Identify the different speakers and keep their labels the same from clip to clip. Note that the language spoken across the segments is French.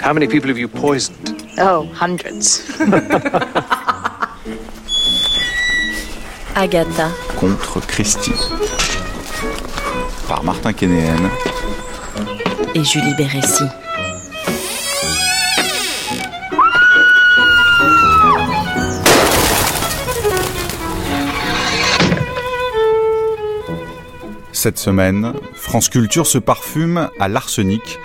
Speaker 1: How many people have you poisoned?
Speaker 2: Oh, hundreds.
Speaker 3: Agatha,
Speaker 4: contre Christie. Par Martin Kénéen.
Speaker 3: et Julie Bérécy.
Speaker 4: Cette semaine, France Culture se parfume à l'arsenic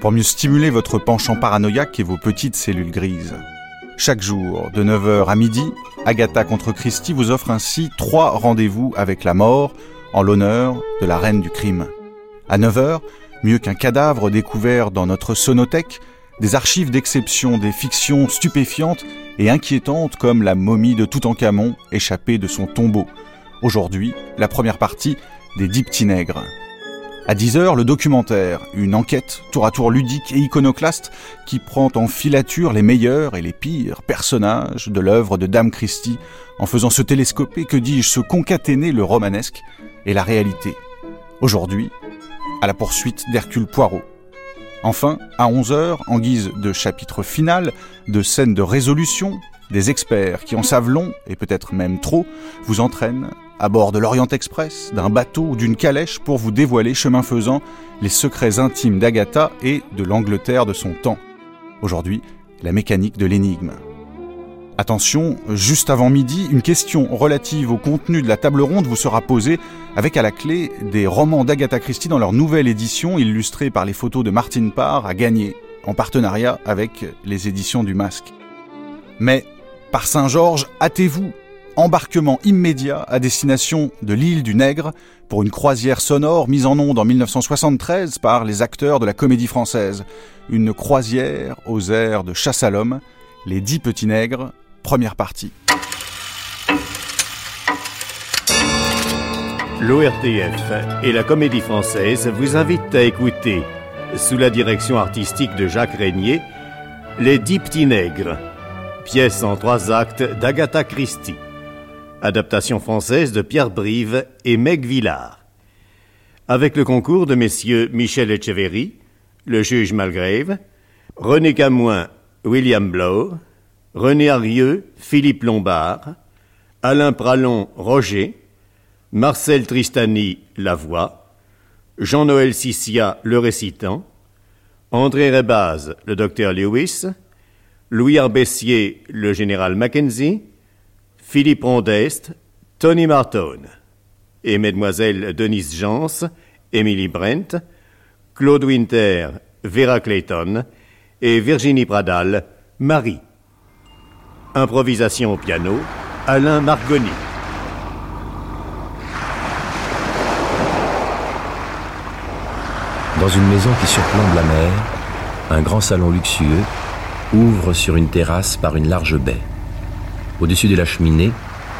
Speaker 4: pour mieux stimuler votre penchant paranoïaque et vos petites cellules grises. Chaque jour, de 9h à midi, Agatha contre Christie vous offre ainsi trois rendez-vous avec la mort en l'honneur de la reine du crime. À 9h, mieux qu'un cadavre découvert dans notre sonothèque, des archives d'exception, des fictions stupéfiantes et inquiétantes comme la momie de Toutankhamon échappée de son tombeau. Aujourd'hui, la première partie des dix petits nègres. À 10h, le documentaire, une enquête tour à tour ludique et iconoclaste qui prend en filature les meilleurs et les pires personnages de l'œuvre de Dame Christie en faisant se télescoper, que dis-je, se concaténer le romanesque et la réalité. Aujourd'hui, à la poursuite d'Hercule Poirot. Enfin, à 11h, en guise de chapitre final, de scène de résolution, des experts qui en savent long, et peut-être même trop, vous entraînent à bord de l'Orient Express, d'un bateau ou d'une calèche pour vous dévoiler, chemin faisant, les secrets intimes d'Agatha et de l'Angleterre de son temps. Aujourd'hui, la mécanique de l'énigme. Attention, juste avant midi, une question relative au contenu de la table ronde vous sera posée avec à la clé des romans d'Agatha Christie dans leur nouvelle édition illustrée par les photos de Martine Parr à gagner en partenariat avec les éditions du Masque. Mais par Saint-Georges, hâtez-vous Embarquement immédiat à destination de l'île du Nègre pour une croisière sonore mise en onde en 1973 par les acteurs de la comédie française. Une croisière aux airs de chasse à l'homme, Les Dix Petits Nègres, première partie.
Speaker 5: L'ORTF et la Comédie Française vous invitent à écouter, sous la direction artistique de Jacques Régnier, Les Dix Petits Nègres, pièce en trois actes d'Agatha Christie, adaptation française de Pierre Brive et Meg Villard, avec le concours de messieurs Michel Etcheverry, le juge Malgrave, René Camoin, William Blow, René Arieux, Philippe Lombard, Alain Pralon, Roger, Marcel Tristani, La Voix, Jean-Noël Sissia, Le Récitant, André Rebaz, le docteur Lewis, Louis Arbessier, le général Mackenzie, Philippe Rondest, Tony Martone, et mesdemoiselles Denise Jans, Émilie Brent, Claude Winter, Vera Clayton et Virginie Pradal, Marie. Improvisation au piano, Alain Margoni.
Speaker 6: Dans une maison qui surplombe la mer, un grand salon luxueux ouvre sur une terrasse par une large baie. Au-dessus de la cheminée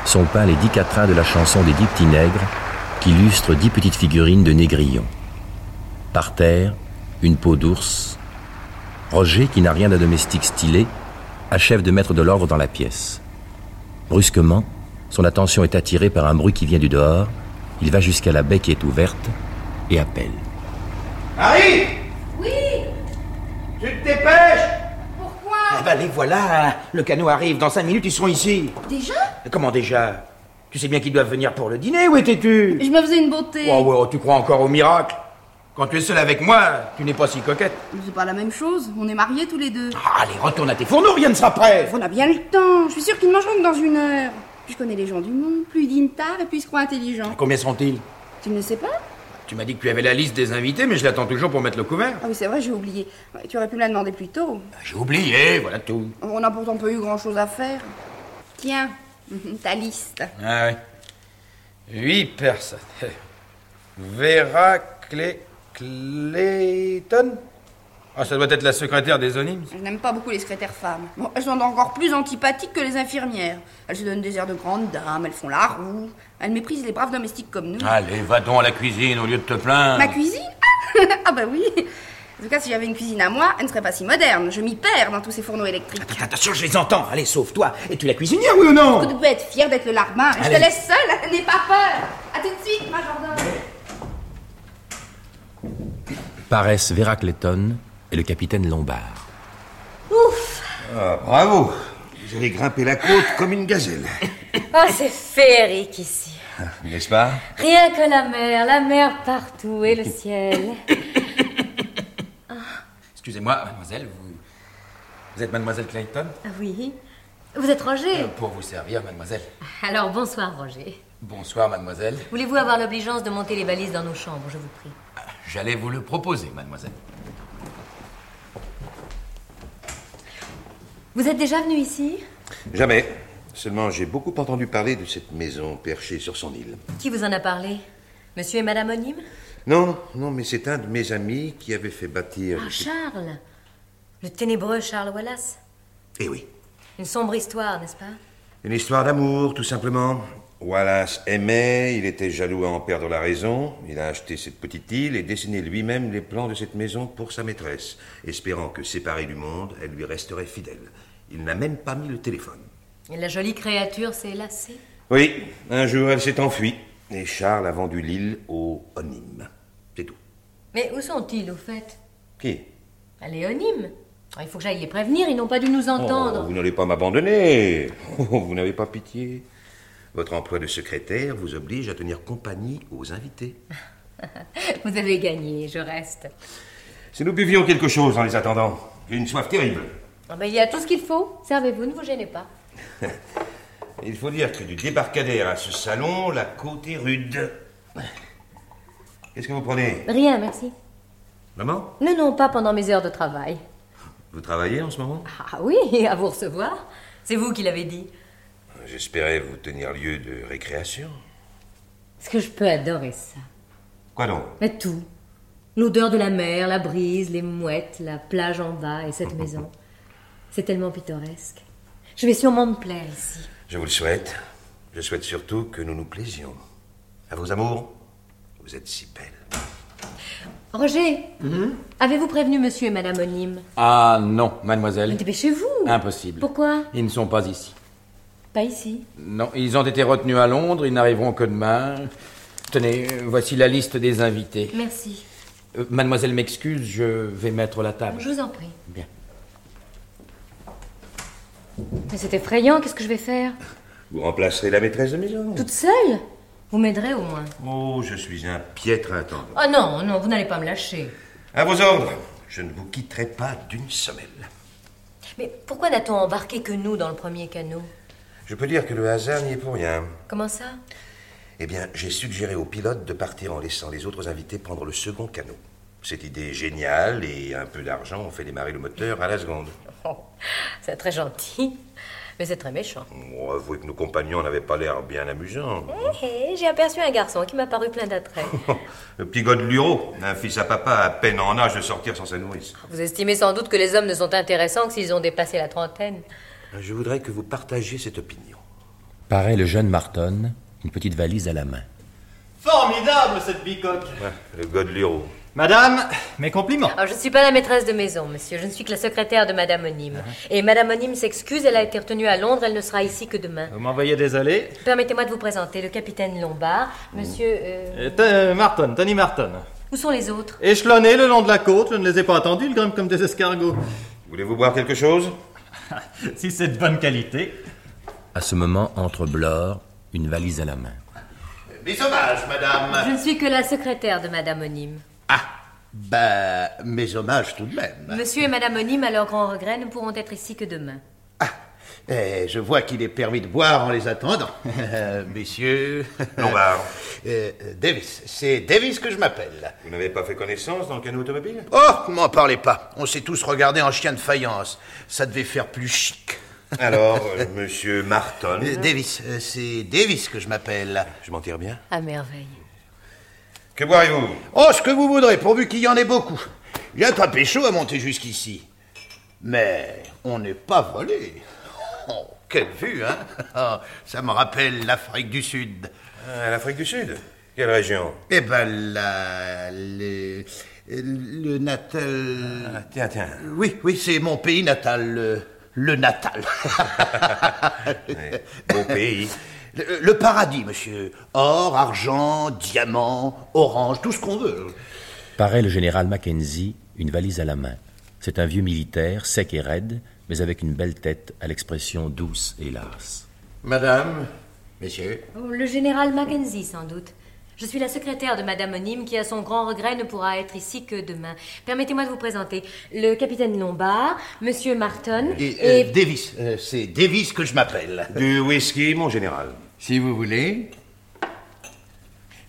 Speaker 6: sont peints les dix quatrains de la chanson des dix petits nègres qui illustrent dix petites figurines de négrillons. Par terre, une peau d'ours. Roger, qui n'a rien d'un domestique stylé, achève de mettre de l'ordre dans la pièce. Brusquement, son attention est attirée par un bruit qui vient du dehors. Il va jusqu'à la baie qui est ouverte et appelle.
Speaker 7: Harry
Speaker 8: Oui
Speaker 7: Tu te dépêches
Speaker 8: Pourquoi
Speaker 7: Ah bah les voilà Le canot arrive, dans cinq minutes ils seront ici
Speaker 8: Déjà
Speaker 7: Mais Comment déjà Tu sais bien qu'ils doivent venir pour le dîner, où étais-tu
Speaker 8: Je me faisais une beauté.
Speaker 7: Oh, ouais, tu crois encore au miracle Quand tu es seule avec moi, tu n'es pas si coquette.
Speaker 8: Mais C'est pas la même chose, on est mariés tous les deux.
Speaker 7: Ah, allez, retourne à tes fourneaux, rien ne sera prêt
Speaker 8: On a bien le temps, je suis sûre qu'ils mangeront que dans une heure. Puis je connais les gens du monde, plus ils dînent tard et plus ils se croient intelligents.
Speaker 7: Combien sont-ils
Speaker 8: Tu ne le sais pas
Speaker 7: Tu m'as dit que tu avais la liste des invités, mais je l'attends toujours pour mettre le couvert.
Speaker 8: Ah oui, c'est vrai, j'ai oublié. Ouais, Tu aurais pu me la demander plus tôt.
Speaker 7: J'ai oublié, voilà tout.
Speaker 8: On n'a pourtant pas eu grand chose à faire. Tiens, ta liste.
Speaker 7: Ah oui. Huit personnes. Vera Clé... Clayton Ah, ça doit être la secrétaire des Onymes.
Speaker 8: Je n'aime pas beaucoup les secrétaires femmes. Bon, elles sont encore plus antipathiques que les infirmières. Elles se donnent des airs de grandes dames, elles font la roue, elles méprisent les braves domestiques comme nous.
Speaker 7: Mmh.
Speaker 9: Ah,
Speaker 7: Allez, va donc à la cuisine au lieu de te plaindre.
Speaker 8: Ma cuisine Ah bah oui En tout cas, si j'avais une cuisine à moi, elle ne serait pas si moderne. Je m'y perds dans tous ces fourneaux électriques.
Speaker 7: Faites Attention, je les entends. Allez, sauve-toi. Et tu la cuisinière, oui ou non
Speaker 8: Tu peux être fier d'être le larbin. Je
Speaker 7: Allez.
Speaker 8: te laisse seule, n'aie pas peur À tout de suite, majordome
Speaker 6: Paraissent Vera Clayton et le capitaine Lombard.
Speaker 1: Ah, bravo Vous allez grimper la côte comme une gazelle,
Speaker 2: Oh, c'est féerique ici.
Speaker 1: n'est-ce pas
Speaker 2: Rien que la mer, la mer partout et le ciel.
Speaker 7: Excusez-moi, mademoiselle, vous. Vous êtes mademoiselle Clayton Euh,
Speaker 2: Ah Oui. Vous êtes Roger
Speaker 7: Pour vous servir, mademoiselle.
Speaker 2: Alors bonsoir, Roger.
Speaker 7: Bonsoir, mademoiselle.
Speaker 2: Voulez-vous avoir l'obligeance de monter les valises dans nos chambres, je vous prie
Speaker 7: J'allais vous le proposer, mademoiselle.
Speaker 2: Vous êtes déjà venu ici
Speaker 1: Jamais. Seulement, j'ai beaucoup entendu parler de cette maison perchée sur son île.
Speaker 2: Qui vous en a parlé Monsieur et Madame Onime
Speaker 1: Non, non, mais c'est un de mes amis qui avait fait bâtir...
Speaker 2: Ah, Charles Le ténébreux Charles Wallace
Speaker 1: Eh oui.
Speaker 2: Une sombre histoire, n'est-ce pas
Speaker 1: Une histoire d'amour, tout simplement. Wallace aimait, il était jaloux à en perdre la raison. Il a acheté cette petite île et dessiné lui-même les plans de cette maison pour sa maîtresse, espérant que séparée du monde, elle lui resterait fidèle. Il n'a même pas mis le téléphone.
Speaker 2: Et la jolie créature s'est lassée
Speaker 1: Oui, un jour elle s'est enfuie et Charles a vendu l'île au Onim. C'est tout.
Speaker 2: Mais où sont-ils, au fait
Speaker 1: Qui
Speaker 2: À Léonime Ah, Il faut que j'aille les prévenir, ils n'ont pas dû nous
Speaker 1: Oh,
Speaker 2: entendre.
Speaker 1: vous n'allez pas m'abandonner. Oh, vous n'avez pas pitié. Votre emploi de secrétaire vous oblige à tenir compagnie aux invités.
Speaker 2: Vous avez gagné, je reste.
Speaker 1: Si nous buvions quelque chose en les attendant, j'ai une soif terrible.
Speaker 2: Ah ben, il y a tout ce qu'il faut. Servez-vous, ne vous gênez pas.
Speaker 1: Il faut dire que du débarcadère à ce salon, la côte est rude. Qu'est-ce que vous prenez
Speaker 2: Rien, merci.
Speaker 1: Maman
Speaker 2: Non, non, pas pendant mes heures de travail.
Speaker 1: Vous travaillez en ce moment
Speaker 2: Ah oui, à vous recevoir. C'est vous qui l'avez dit.
Speaker 1: J'espérais vous tenir lieu de récréation.
Speaker 2: Est-ce que je peux adorer ça
Speaker 1: Quoi donc
Speaker 2: Mais tout. L'odeur de la mer, la brise, les mouettes, la plage en bas et cette maison. C'est tellement pittoresque. Je vais sûrement me plaire ici.
Speaker 1: Je vous le souhaite. Je souhaite surtout que nous nous plaisions. À vos amours, vous êtes si belle.
Speaker 2: Roger,
Speaker 7: Mmh.
Speaker 2: avez-vous prévenu monsieur et madame Onime
Speaker 9: Ah non, mademoiselle.
Speaker 2: Dépêchez-vous.
Speaker 9: Impossible.
Speaker 2: Pourquoi
Speaker 9: Ils ne sont pas ici.
Speaker 2: Pas ici.
Speaker 9: Non, ils ont été retenus à Londres, ils n'arriveront que demain. Tenez, euh, voici la liste des invités.
Speaker 2: Merci.
Speaker 9: Euh, mademoiselle m'excuse, je vais mettre la table.
Speaker 2: Je vous en prie.
Speaker 9: Bien.
Speaker 2: Mais c'est effrayant, qu'est-ce que je vais faire
Speaker 1: Vous remplacerez la maîtresse de maison
Speaker 2: Toute seule Vous m'aiderez au moins.
Speaker 1: Oh, je suis un piètre intendant.
Speaker 2: Oh non, non, vous n'allez pas me lâcher.
Speaker 1: À vos ordres, je ne vous quitterai pas d'une semelle.
Speaker 2: Mais pourquoi n'a-t-on embarqué que nous dans le premier canot
Speaker 1: Je peux dire que le hasard n'y est pour rien.
Speaker 2: Comment ça
Speaker 1: Eh bien, j'ai suggéré au pilote de partir en laissant les autres invités prendre le second canot. Cette idée géniale et un peu d'argent ont fait démarrer le moteur à la seconde.
Speaker 2: Oh, C'est très gentil, mais c'est très méchant.
Speaker 1: Bon, avouez que nos compagnons n'avaient pas l'air bien amusants.
Speaker 2: Hé, hé, Eh, J'ai aperçu un garçon qui m'a paru plein d'attrait.
Speaker 1: Le petit Godeluro, un fils à papa à peine en âge de sortir sans sa nourrice.
Speaker 2: Vous estimez sans doute que les hommes ne sont intéressants que s'ils ont dépassé la trentaine.
Speaker 1: Euh, Je voudrais que vous partagiez cette opinion.
Speaker 6: Paraît le jeune Marton, une petite valise à la main.
Speaker 5: Formidable cette bicoque
Speaker 1: Le Godeluro.
Speaker 5: Madame, mes compliments.
Speaker 2: Alors, je ne suis pas la maîtresse de maison, monsieur. Je ne suis que la secrétaire de Madame Onime. Et Madame Onime s'excuse, elle a été retenue à Londres, elle ne sera ici que demain.
Speaker 10: Ah.
Speaker 5: Vous m'envoyez désolé.
Speaker 2: Permettez-moi de vous présenter le capitaine Lombard, monsieur... euh,
Speaker 5: Euh, T- euh, Marton, Tony Marton.
Speaker 2: Où sont les autres
Speaker 5: Échelonnés le long de la côte, je ne les ai pas attendus, ils grimpent comme des escargots.
Speaker 1: Voulez-vous boire quelque chose
Speaker 5: Si c'est de bonne qualité.
Speaker 6: À ce moment entre Blore, une valise à la main.
Speaker 5: Des hommages, madame.
Speaker 2: Je ne suis que la secrétaire de Madame Onime.
Speaker 11: Ben, mes hommages tout de même.
Speaker 2: Monsieur et Madame Onime, à leur grand regret, ne pourront être ici que demain.
Speaker 11: Eh, je vois qu'il est permis de boire en les attendant. Euh, Messieurs.
Speaker 1: Lombard.
Speaker 11: Euh, Davis. C'est Davis que je m'appelle.
Speaker 1: Vous n'avez pas fait connaissance dans le canot automobile
Speaker 11: Oh, m'en parlez pas. On s'est tous regardés en chien de faïence. Ça devait faire plus chic.
Speaker 1: Alors, euh, monsieur Marton.
Speaker 11: Euh, Davis. euh, C'est Davis que je m'appelle.
Speaker 1: Je m'en tire bien.
Speaker 2: À merveille.
Speaker 1: Que boirez-vous
Speaker 11: Oh, ce que vous voudrez, pourvu qu'il y en ait beaucoup. Il n'y a pas pécho à monter jusqu'ici. Mais on n'est pas volé. Oh, quelle vue, hein Oh, Ça me rappelle l'Afrique du Sud.
Speaker 1: À Euh, l'Afrique du Sud. Quelle région
Speaker 11: Eh ben là, le, le Natal...
Speaker 1: Ah, Tiens, tiens.
Speaker 11: Oui, oui, c'est mon pays natal, le, le Natal.
Speaker 1: Ouais, Beau pays.
Speaker 11: Le, le paradis, monsieur. Or, argent, diamant, orange, tout ce qu'on veut.
Speaker 6: Paraît le général Mackenzie, une valise à la main. C'est un vieux militaire, sec et raide, mais avec une belle tête à l'expression douce et lasse.
Speaker 12: Madame, messieurs,
Speaker 2: Oh, Le général Mackenzie, sans doute. Je suis la secrétaire de Madame Onim, qui, à son grand regret, ne pourra être ici que demain. Permettez-moi de vous présenter le capitaine Lombard, Monsieur Marton
Speaker 12: Et,
Speaker 2: et...
Speaker 12: euh, Davis, euh, c'est Davis que je m'appelle.
Speaker 1: Du whisky, mon général.
Speaker 12: Si vous voulez.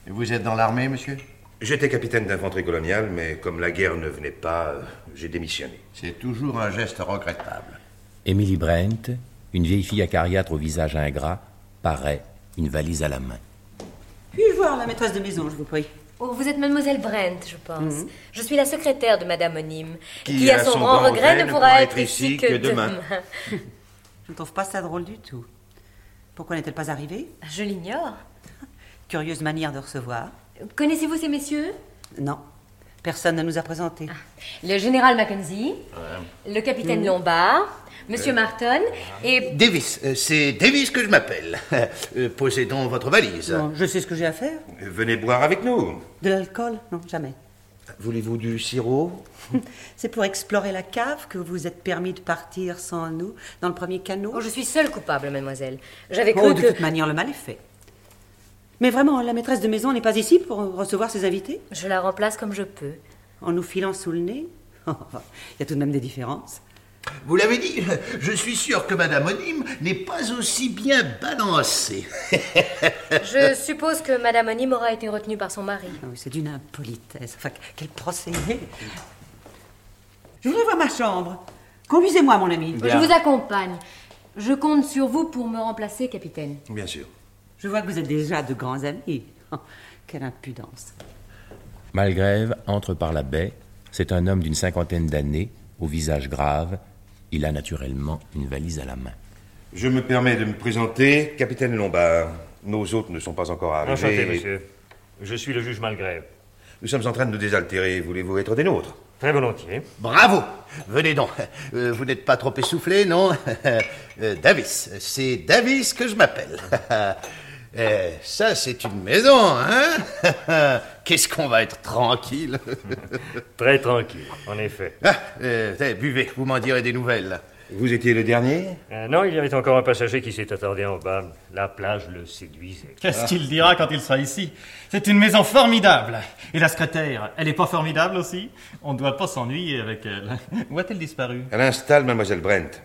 Speaker 12: Vous êtes dans l'armée, monsieur
Speaker 1: J'étais capitaine d'infanterie coloniale, mais comme la guerre ne venait pas, euh, j'ai démissionné.
Speaker 12: C'est toujours un geste regrettable.
Speaker 6: Emily Brent, une vieille fille acariâtre au visage ingrat, paraît, une valise à la main.
Speaker 13: Puis-je voir la maîtresse de maison, je vous prie
Speaker 2: Oh, vous êtes mademoiselle Brent, je pense. Je suis la secrétaire de Madame Onim,
Speaker 1: Mhm. Qui, à son grand regret, ne pourra être ici que demain.
Speaker 13: Je ne trouve pas ça drôle du tout. Pourquoi n'est-elle pas arrivée
Speaker 2: Je l'ignore.
Speaker 13: Curieuse manière de recevoir.
Speaker 2: Connaissez-vous ces messieurs
Speaker 13: Non, personne ne nous a présenté.
Speaker 2: Le général Mackenzie,
Speaker 1: Ah.
Speaker 2: le capitaine
Speaker 13: Mm.
Speaker 1: Mhm.
Speaker 2: Lombard,
Speaker 1: Euh.
Speaker 2: Monsieur Marton et...
Speaker 12: Davis, euh, c'est Davis que je m'appelle. Euh, Posez donc votre valise.
Speaker 13: Non, je sais ce que j'ai à faire.
Speaker 1: Venez boire avec nous.
Speaker 13: De l'alcool Non, jamais.
Speaker 12: Voulez-vous du sirop
Speaker 13: C'est pour explorer la cave que vous vous êtes permis de partir sans nous dans le premier canot.
Speaker 1: Oh,
Speaker 2: je suis seule coupable, mademoiselle. J'avais
Speaker 13: Oh,
Speaker 2: cru
Speaker 13: de
Speaker 2: que-
Speaker 13: toute manière, le mal est fait. Mais vraiment, la maîtresse de maison n'est pas ici pour recevoir ses invités
Speaker 2: Je la remplace comme je peux.
Speaker 13: En nous filant sous le nez Oh, Il y a tout de même des différences.
Speaker 12: Vous l'avez dit, je suis sûr que Madame Onim n'est pas aussi bien balancée.
Speaker 1: Euh.
Speaker 2: Je suppose que Madame Onim aura été retenue par son mari.
Speaker 13: Ah oui, C'est d'une impolitesse. Enfin, quel procédé Je voudrais voir ma chambre. Conduisez-moi, mon ami.
Speaker 2: Je vous accompagne. Je compte sur vous pour me remplacer, capitaine.
Speaker 1: Bien sûr.
Speaker 13: Je vois que vous êtes déjà de grands amis. Oh, quelle impudence.
Speaker 6: Malgrève entre par la baie. C'est un homme d'une cinquantaine d'années, au visage grave. Il a naturellement une valise à la main.
Speaker 1: Je me permets de me présenter, capitaine Lombard. Nos hôtes ne sont pas encore arrivés.
Speaker 14: Enchanté, monsieur. Je suis le juge Malgrève.
Speaker 1: Nous sommes en train de nous désaltérer. Voulez-vous être des nôtres
Speaker 14: Très volontiers.
Speaker 12: Bravo Venez donc. Euh, vous n'êtes pas trop essoufflé, non Euh, Davis, c'est Davis que je m'appelle. Euh, ça, c'est une maison, hein Qu'est-ce qu'on va être tranquille
Speaker 14: Très tranquille, en effet.
Speaker 12: Ah, euh, eh, buvez, vous m'en direz des nouvelles.
Speaker 1: Vous étiez le dernier
Speaker 14: Euh, non, il y avait encore un passager qui s'est attardé en bas. La plage le séduisait.
Speaker 10: Qu'est-ce qu'il dira quand il sera ici C'est une maison formidable. Et la secrétaire, elle est pas formidable aussi On ne doit pas s'ennuyer avec elle. Où a-t-elle disparu
Speaker 1: Elle installe mademoiselle Brent.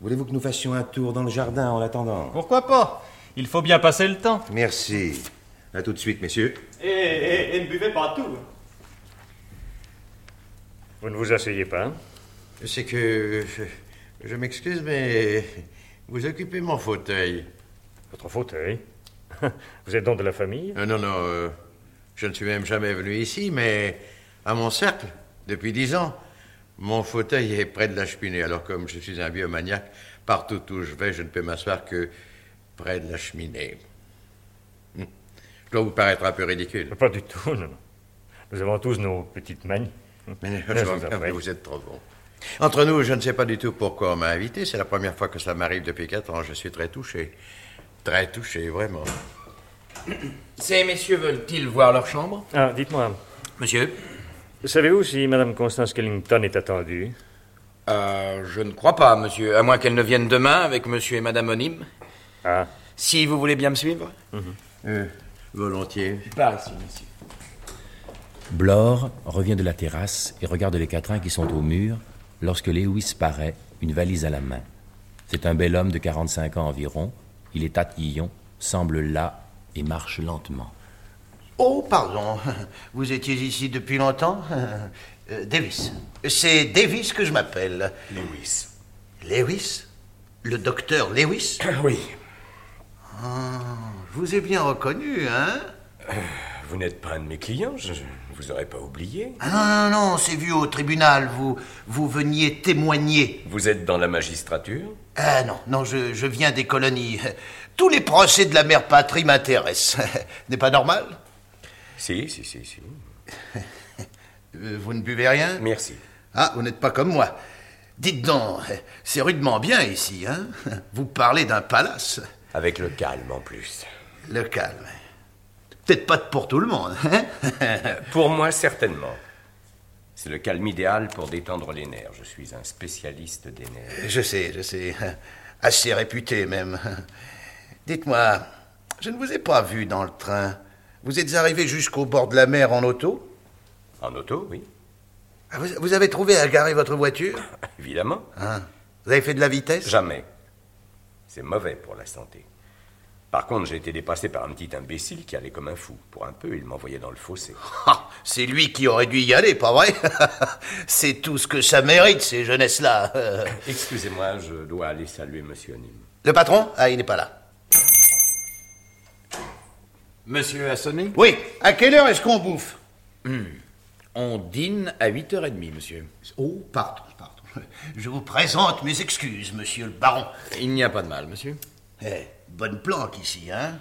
Speaker 1: Voulez-vous que nous fassions un tour dans le jardin en l'attendant
Speaker 10: Pourquoi pas Il faut bien passer le temps.
Speaker 1: Merci. À tout de suite, messieurs.
Speaker 10: et, ne buvez pas tout.
Speaker 14: Vous ne vous asseyez pas
Speaker 12: C'est que. Je, je m'excuse, mais. Vous occupez mon fauteuil.
Speaker 14: Votre fauteuil Vous êtes donc de la famille
Speaker 12: Euh, Non, non. euh, je ne suis même jamais venu ici, mais à mon cercle, depuis dix ans, mon fauteuil est près de la cheminée. Alors, comme je suis un vieux maniaque, partout où je vais, je ne peux m'asseoir que près de la cheminée. Hmm. Je dois vous paraître un peu ridicule.
Speaker 14: Pas du tout, non. Nous avons tous nos petites manies.
Speaker 12: Mais
Speaker 14: Je vous en prie.
Speaker 12: vous êtes trop bon. Entre nous, je ne sais pas du tout pourquoi on m'a invité. C'est la première fois que cela m'arrive depuis quatre ans. Je suis très touché. Très touché, vraiment.
Speaker 6: Ces messieurs veulent-ils voir leur chambre
Speaker 14: Ah, dites-moi.
Speaker 6: Monsieur
Speaker 14: Savez-vous si Madame Constance Kellington est attendue
Speaker 6: Euh, je ne crois pas, monsieur, à moins qu'elle ne vienne demain avec monsieur et madame Onim.
Speaker 14: Ah.
Speaker 6: Si vous voulez bien me suivre.
Speaker 11: Euh,
Speaker 12: volontiers.
Speaker 6: Par ici, monsieur. Blore revient de la terrasse et regarde les quatrains qui sont au mur lorsque Lewis paraît, une valise à la main. C'est un bel homme de 45 ans environ. Il est tatillon, semble là et marche lentement.
Speaker 12: Oh, pardon. Vous étiez ici depuis longtemps Euh, Davis. C'est Davis que je m'appelle. Lewis. Lewis Le docteur Lewis
Speaker 6: Oui.
Speaker 12: je vous ai bien reconnu, hein
Speaker 15: Euh, Vous n'êtes pas un de mes clients, je ne vous aurais pas oublié.
Speaker 12: Ah non, non, non, on s'est vu au tribunal. Vous, vous veniez témoigner.
Speaker 15: Vous êtes dans la magistrature
Speaker 12: Ah non, non, je, je viens des colonies. Tous les procès de la mère patrie m'intéressent. N'est pas normal
Speaker 15: Si, si, si, si.
Speaker 12: Euh, Vous ne buvez rien
Speaker 15: Merci.
Speaker 12: Ah, vous n'êtes pas comme moi. Dites donc, c'est rudement bien ici, hein Vous parlez d'un palace.
Speaker 15: Avec le calme en plus.
Speaker 12: Le calme. Peut-être pas pour tout le monde. hein
Speaker 15: Pour moi, certainement. C'est le calme idéal pour détendre les nerfs. Je suis un spécialiste des nerfs.
Speaker 11: Je sais, je sais. Assez réputé même. Dites-moi, je ne vous ai pas vu dans le train. Vous êtes arrivé jusqu'au bord de la mer en auto
Speaker 15: En auto, oui.
Speaker 11: Ah, Vous, vous avez trouvé à garer votre voiture
Speaker 15: Évidemment.
Speaker 11: Hein Vous avez fait de la vitesse
Speaker 15: Jamais. C'est mauvais pour la santé. Par contre, j'ai été dépassé par un petit imbécile qui allait comme un fou. Pour un peu, il m'envoyait dans le fossé.
Speaker 11: Ah, c'est lui qui aurait dû y aller, pas vrai C'est tout ce que ça mérite, ces jeunesses-là.
Speaker 15: Excusez-moi, je dois aller saluer Monsieur Nîmes.
Speaker 11: Le patron Ah, il n'est pas là.
Speaker 9: Monsieur Assoni Hmm.
Speaker 11: Oui, à quelle heure est-ce qu'on bouffe
Speaker 9: On dîne à 8h30, monsieur.
Speaker 11: Oh, pardon, pardon. Je vous présente mes excuses, monsieur le baron.
Speaker 9: Il n'y a pas de mal, monsieur.
Speaker 11: Eh, bonne planque ici, hein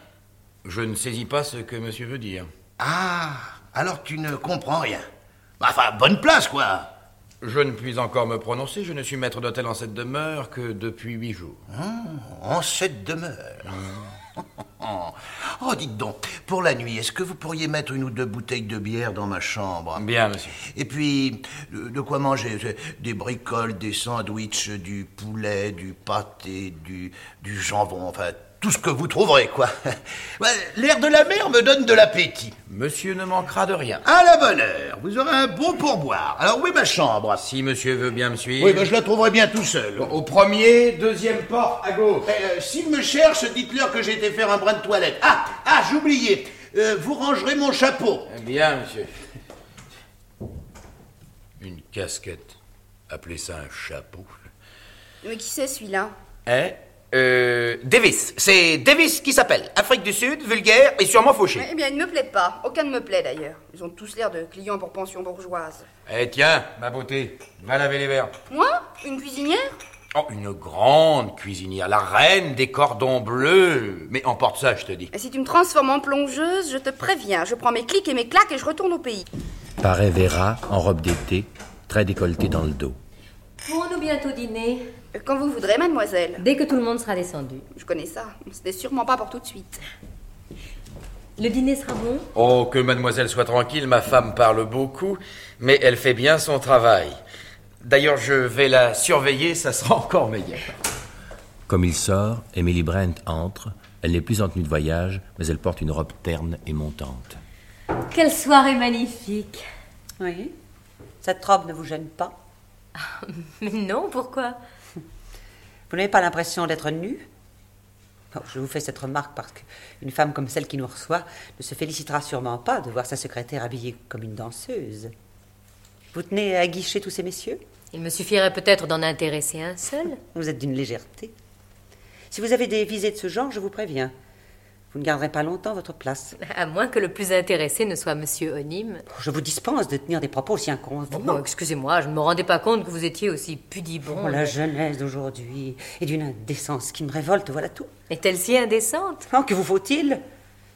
Speaker 9: Je ne saisis pas ce que monsieur veut dire.
Speaker 11: Ah, alors tu ne comprends rien. Bah, Enfin, bonne place, quoi.
Speaker 9: Je ne puis encore me prononcer, je ne suis maître d'hôtel en cette demeure que depuis huit jours.
Speaker 11: Ah, en cette demeure.
Speaker 9: Mm.
Speaker 11: Oh, dites donc, pour la nuit, est-ce que vous pourriez mettre une ou deux bouteilles de bière dans ma chambre
Speaker 9: Bien, monsieur.
Speaker 11: Et puis, de de quoi manger euh, Des bricoles, des sandwichs, du poulet, du pâté, du, du jambon, enfin, tout ce que vous trouverez, quoi. Ouais, L'air de la mer me donne de l'appétit.
Speaker 9: Monsieur ne manquera de rien.
Speaker 11: À la bonne heure, vous aurez un bon pourboire. Alors, où est ma chambre
Speaker 9: Si monsieur veut bien me suivre.
Speaker 11: Oui, ben, je la trouverai bien tout seul.
Speaker 9: Au premier, deuxième porte à gauche.
Speaker 11: Euh, S'il me cherche, dites-leur que j'ai été faire un brin de toilette. Ah, ah, j'oubliais. Euh, vous rangerez mon chapeau.
Speaker 9: Eh Bien, monsieur. Une casquette. Appelez ça un chapeau.
Speaker 8: Mais qui c'est celui-là
Speaker 9: Hein euh, Davis. C'est Davis qui s'appelle. Afrique du Sud, vulgaire et sûrement fauché.
Speaker 8: Eh bien, il ne me plaît pas. Aucun ne me plaît d'ailleurs. Ils ont tous l'air de clients pour pension bourgeoise.
Speaker 9: Eh tiens, ma beauté, va laver les verres.
Speaker 8: Moi Une cuisinière
Speaker 9: Oh, une grande cuisinière, la reine des cordons bleus. Mais emporte ça, je te dis.
Speaker 8: Et Si tu me transformes en plongeuse, je te préviens. Je prends mes clics et mes claques et je retourne au pays.
Speaker 6: Paraît Vera en robe d'été, très décolletée dans le dos.
Speaker 2: Pourrons-nous bientôt dîner
Speaker 8: Euh, Quand vous voudrez, mademoiselle.
Speaker 2: Dès que tout le monde sera descendu.
Speaker 8: Je connais ça. C'était sûrement pas pour tout de suite.
Speaker 2: Le dîner sera bon
Speaker 9: Oh, que mademoiselle soit tranquille, ma femme parle beaucoup, mais elle fait bien son travail. D'ailleurs, je vais la surveiller, ça sera encore meilleur.
Speaker 6: Comme il sort, Emily Brent entre. Elle n'est plus en tenue de voyage, mais elle porte une robe terne et montante.
Speaker 2: Quelle soirée magnifique
Speaker 13: Oui. Cette robe ne vous gêne pas
Speaker 2: Mais non, pourquoi
Speaker 13: Vous n'avez pas l'impression d'être nu Bon, Je vous fais cette remarque parce qu'une femme comme celle qui nous reçoit ne se félicitera sûrement pas de voir sa secrétaire habillée comme une danseuse. Vous tenez à guicher tous ces messieurs
Speaker 2: Il me suffirait peut-être d'en intéresser un seul.
Speaker 13: Vous êtes d'une légèreté. Si vous avez des visées de ce genre, je vous préviens. Vous ne garderez pas longtemps votre place.
Speaker 2: À moins que le plus intéressé ne soit monsieur Onim.
Speaker 13: Je vous dispense de tenir des propos aussi
Speaker 2: Oh,
Speaker 13: inconvenants.
Speaker 2: excusez-moi, je ne me rendais pas compte que vous étiez aussi pudibond.
Speaker 13: Oh, la jeunesse d'aujourd'hui est d'une indécence qui me révolte, voilà tout.
Speaker 2: Est-elle si indécente
Speaker 13: Oh, que vous faut-il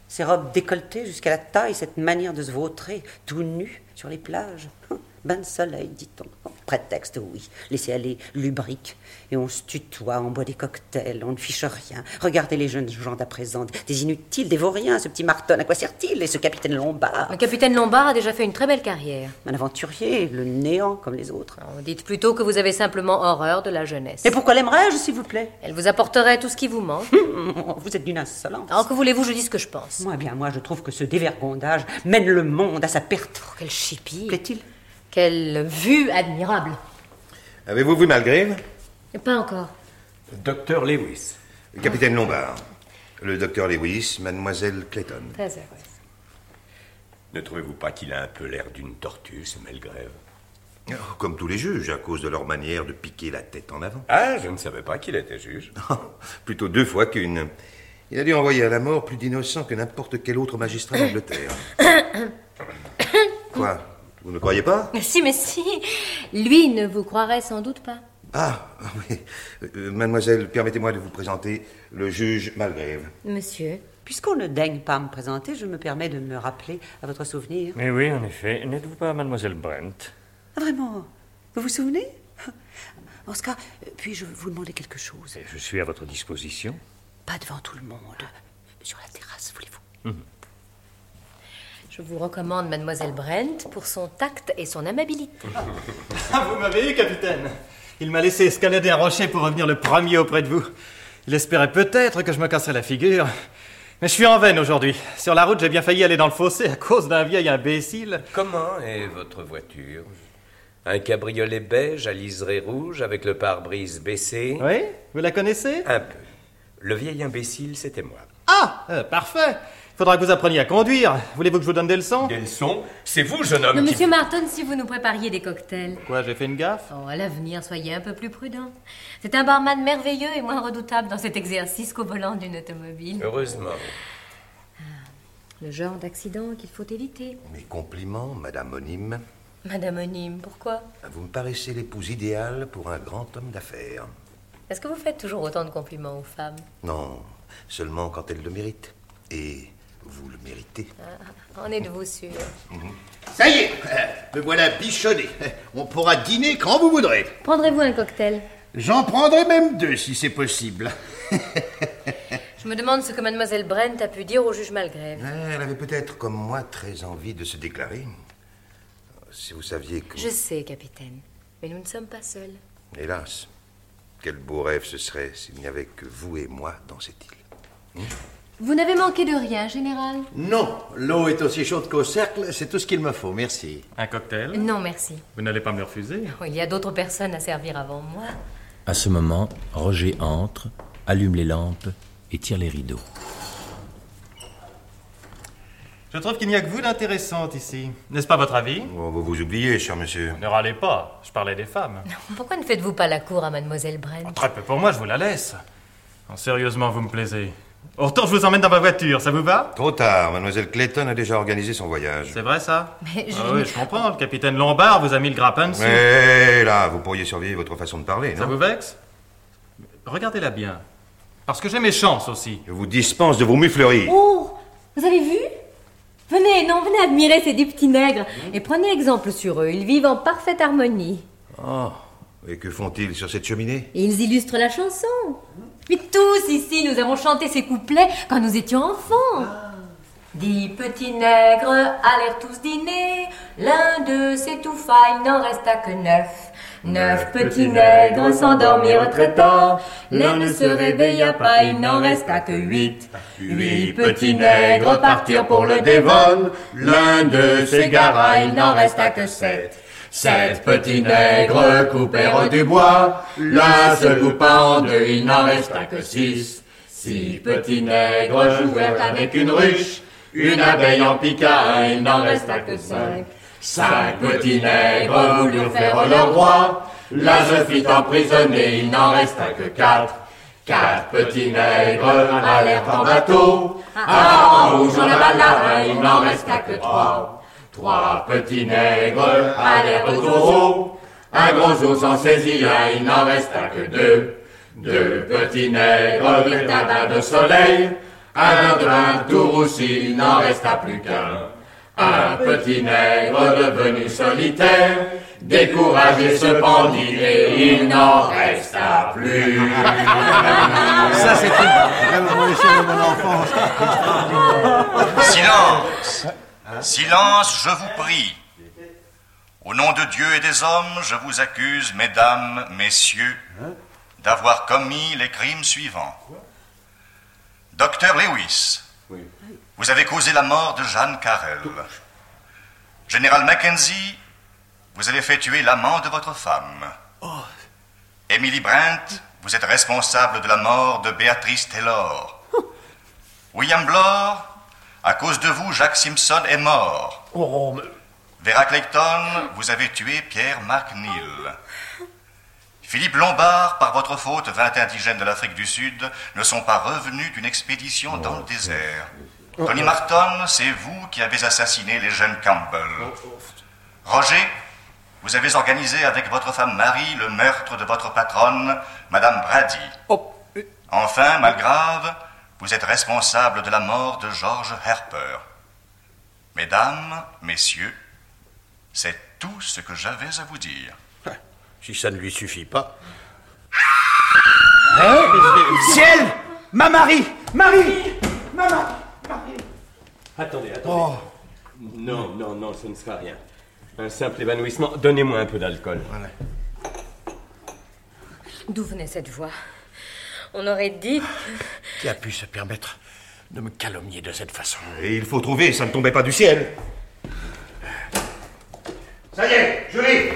Speaker 13: Ces robes décolletées jusqu'à la taille, cette manière de se vautrer, tout nu, sur les plages. Hum, Bain de soleil, dit-on. Oh, Prétexte, oui. Laissez aller, lubrique. Et on se tutoie, on boit des cocktails, on ne fiche rien. Regardez les jeunes gens d'à présent, des inutiles, des vauriens, ce petit Marton, à quoi sert-il Et ce capitaine Lombard
Speaker 2: Le capitaine Lombard a déjà fait une très belle carrière.
Speaker 13: Un aventurier, le néant comme les autres.
Speaker 2: Dites plutôt que vous avez simplement horreur de la jeunesse.
Speaker 13: Et pourquoi l'aimerais-je, s'il vous plaît
Speaker 2: Elle vous apporterait tout ce qui vous manque.
Speaker 13: Oh, Vous êtes d'une insolence.
Speaker 2: Alors que voulez-vous, je dis ce que je pense.
Speaker 13: Moi, eh bien, moi, je trouve que ce dévergondage mène le monde à sa perte.
Speaker 2: Oh, Quel chipie
Speaker 13: Plaît-il
Speaker 2: Quelle vue admirable
Speaker 1: Avez-vous vu Malgrave
Speaker 2: Pas encore.
Speaker 15: Docteur Lewis.
Speaker 1: Le capitaine Lombard, le docteur Lewis, mademoiselle Clayton.
Speaker 2: Très heureuse.
Speaker 15: Ne trouvez-vous pas qu'il a un peu l'air d'une tortue, ce Melgrève
Speaker 1: Oh, Comme tous les juges, à cause de leur manière de piquer la tête en avant.
Speaker 15: Ah, je ne savais pas qu'il était juge.
Speaker 1: Plutôt deux fois qu'une. Il a dû envoyer à la mort plus d'innocents que n'importe quel autre magistrat d'Angleterre. Quoi Vous ne croyez pas
Speaker 2: Mais si, mais si Lui ne vous croirait sans doute pas.
Speaker 1: Ah, ah oui. Euh, mademoiselle, permettez-moi de vous présenter le juge Malgrave.
Speaker 2: Monsieur
Speaker 13: Puisqu'on ne daigne pas me présenter, je me permets de me rappeler à votre souvenir.
Speaker 14: Mais Eh oui, en effet. N'êtes-vous pas mademoiselle Brent
Speaker 13: Ah, vraiment Vous vous souvenez En ce cas, euh, puis-je vous demander quelque chose
Speaker 14: Je suis à votre disposition.
Speaker 13: Pas devant tout le monde. Sur la terrasse, voulez-vous
Speaker 2: Je Je vous recommande Mademoiselle Brent pour son tact et son amabilité.
Speaker 10: Ah, vous m'avez eu, capitaine Il m'a laissé escalader un rocher pour revenir le premier auprès de vous. Il espérait peut-être que je me casserais la figure. Mais je suis en veine aujourd'hui. Sur la route, j'ai bien failli aller dans le fossé à cause d'un vieil imbécile.
Speaker 15: Comment est votre voiture Un cabriolet beige à liseré rouge avec le pare-brise baissé
Speaker 10: Oui Vous la connaissez
Speaker 15: Un peu. Le vieil imbécile, c'était moi.
Speaker 10: Ah euh, Parfait Faudra que vous appreniez à conduire. Voulez-vous que je vous donne des leçons
Speaker 15: Des leçons C'est vous, jeune homme
Speaker 2: Mais
Speaker 15: qui-
Speaker 2: monsieur Marton, si vous nous prépariez des cocktails.
Speaker 10: Quoi, j'ai fait une gaffe
Speaker 2: Oh, à l'avenir, soyez un peu plus prudent. C'est un barman merveilleux et moins redoutable dans cet exercice qu'au volant d'une automobile.
Speaker 15: Heureusement.
Speaker 2: Le genre d'accident qu'il faut éviter.
Speaker 1: Mes compliments, Madame Onime.
Speaker 2: Madame Onime, pourquoi
Speaker 1: Ah, Vous me paraissez l'épouse idéale pour un grand homme d'affaires.
Speaker 2: Est-ce que vous faites toujours autant de compliments aux femmes
Speaker 1: Non, seulement quand elle le mérite. Et vous le méritez.
Speaker 2: En êtes-vous sûr
Speaker 11: Mhm. Ça y est, euh, me voilà bichonné. Euh, On pourra dîner quand vous voudrez.
Speaker 2: Prendrez-vous un cocktail
Speaker 11: J'en prendrai même deux si c'est possible.
Speaker 2: Je me demande ce que mademoiselle Brent a pu dire au juge Malgrève.
Speaker 1: Elle avait peut-être, comme moi, très envie de se déclarer. Euh, Si vous saviez que...
Speaker 2: Je sais, capitaine, mais nous ne sommes pas seuls.
Speaker 1: Hélas, quel beau rêve ce serait s'il n'y avait que vous et moi dans cette île.
Speaker 2: Vous n'avez manqué de rien, général
Speaker 11: Non, l'eau est aussi chaude qu'au cercle, c'est tout ce qu'il me faut, merci.
Speaker 10: Un cocktail
Speaker 2: Non, merci. Oh,
Speaker 10: Vous n'allez pas me le refuser hein
Speaker 2: Il y a d'autres personnes à servir avant moi.
Speaker 6: À ce moment, Roger entre, allume les lampes et tire les rideaux.
Speaker 10: Je trouve qu'il n'y a que vous d'intéressante ici. N'est-ce pas votre avis
Speaker 1: Oh, vous vous oubliez, cher monsieur.
Speaker 10: Ne râlez pas, je parlais des femmes.
Speaker 2: Pourquoi ne faites-vous pas la cour à mademoiselle Brent
Speaker 10: Très peu pour moi, je vous la laisse. Oh, sérieusement, vous me plaisez. Autant je vous emmène dans ma voiture, ça vous va
Speaker 1: Trop tard, mademoiselle Clayton a déjà organisé son voyage.
Speaker 10: C'est vrai ça
Speaker 2: Mais je...
Speaker 10: Ah oui, je comprends. Le capitaine Lombard vous a mis le grappin dessus.
Speaker 1: Mais là, vous pourriez surveiller votre façon de parler,
Speaker 10: Ça
Speaker 1: non
Speaker 10: vous vexe Regardez-la bien. Parce que j'ai mes chances aussi.
Speaker 1: Je vous dispense de vous mufleurir.
Speaker 2: Oh Vous avez vu Venez, non, venez admirer ces dix petits nègres et prenez exemple sur eux. Ils vivent en parfaite harmonie.
Speaker 1: Oh, et que font-ils sur cette cheminée
Speaker 2: Et ils illustrent la chanson. Mais tous ici, nous avons chanté ces couplets quand nous étions enfants. Dix petits nègres allèrent tous dîner. L'un d'eux s'étouffa, il n'en resta que neuf. Neuf petits nègres s'endormirent très tard. L'un ne se réveilla pas, il n'en resta que huit.
Speaker 16: Huit petits nègres partirent pour le Devon, l'un d'eux s'égara, il n'en resta que sept. Sept petits nègres coupèrent du bois, l'un se coupa en deux, il n'en resta que six. Six petits nègres jouèrent avec une ruche, une abeille en piqua, un, il n'en resta que cinq. Cinq petits nègres voulurent faire leur roi, l'un se fit emprisonner, il n'en resta que quatre. Quatre petits nègres allèrent en bateau, Ah, à rouge en avala, il n'en resta que trois. Trois petits nègres allèrent au taureau, un gros ours en saisit un, il n'en resta que deux. Deux petits nègres virent un bain de soleil, un grain tout roussi, il n'en resta plus qu'un. Un petit nègre devenu solitaire, découragé se pendit et il n'en resta plus.
Speaker 11: Ça, c'était vraiment le chien de mon enfance.
Speaker 17: Silence Silence, je vous prie. Au nom de Dieu et des hommes, je vous accuse, mesdames, messieurs, d'avoir commis les crimes suivants. Docteur Lewis, vous avez causé la mort de Jeanne Carrel. Général Mackenzie, vous avez fait tuer l'amant de votre femme. Emily Brent, vous êtes responsable de la mort de Béatrice Taylor. William Blore, à cause de vous, Jacques Simpson est mort.
Speaker 5: Oh,
Speaker 17: Vera Clayton, vous avez tué Pierre MacNeil. Philippe Lombard, par votre faute, 20 indigènes de l'Afrique du Sud ne sont pas revenus d'une expédition dans le désert. Tony Martin, c'est vous qui avez assassiné les jeunes Campbell. Roger, vous avez organisé avec votre femme Marie le meurtre de votre patronne, Madame Brady. Enfin, Malgrave, vous êtes responsable de la mort de George Harper. Mesdames, messieurs, c'est tout ce que j'avais à vous dire.
Speaker 12: Si ça ne lui suffit pas.
Speaker 9: Hein
Speaker 16: Hein Ciel Ma Marie Marie
Speaker 10: Oh.
Speaker 12: Attendez, attendez.
Speaker 15: Non, non, non, ce ne sera rien. Un simple évanouissement. Donnez-moi un peu d'alcool.
Speaker 2: D'où venait cette voix On aurait dit.
Speaker 12: Qui a pu se permettre de me calomnier de cette façon
Speaker 1: Et il faut trouver, ça ne tombait pas du ciel.
Speaker 17: Ça y est, je l'ai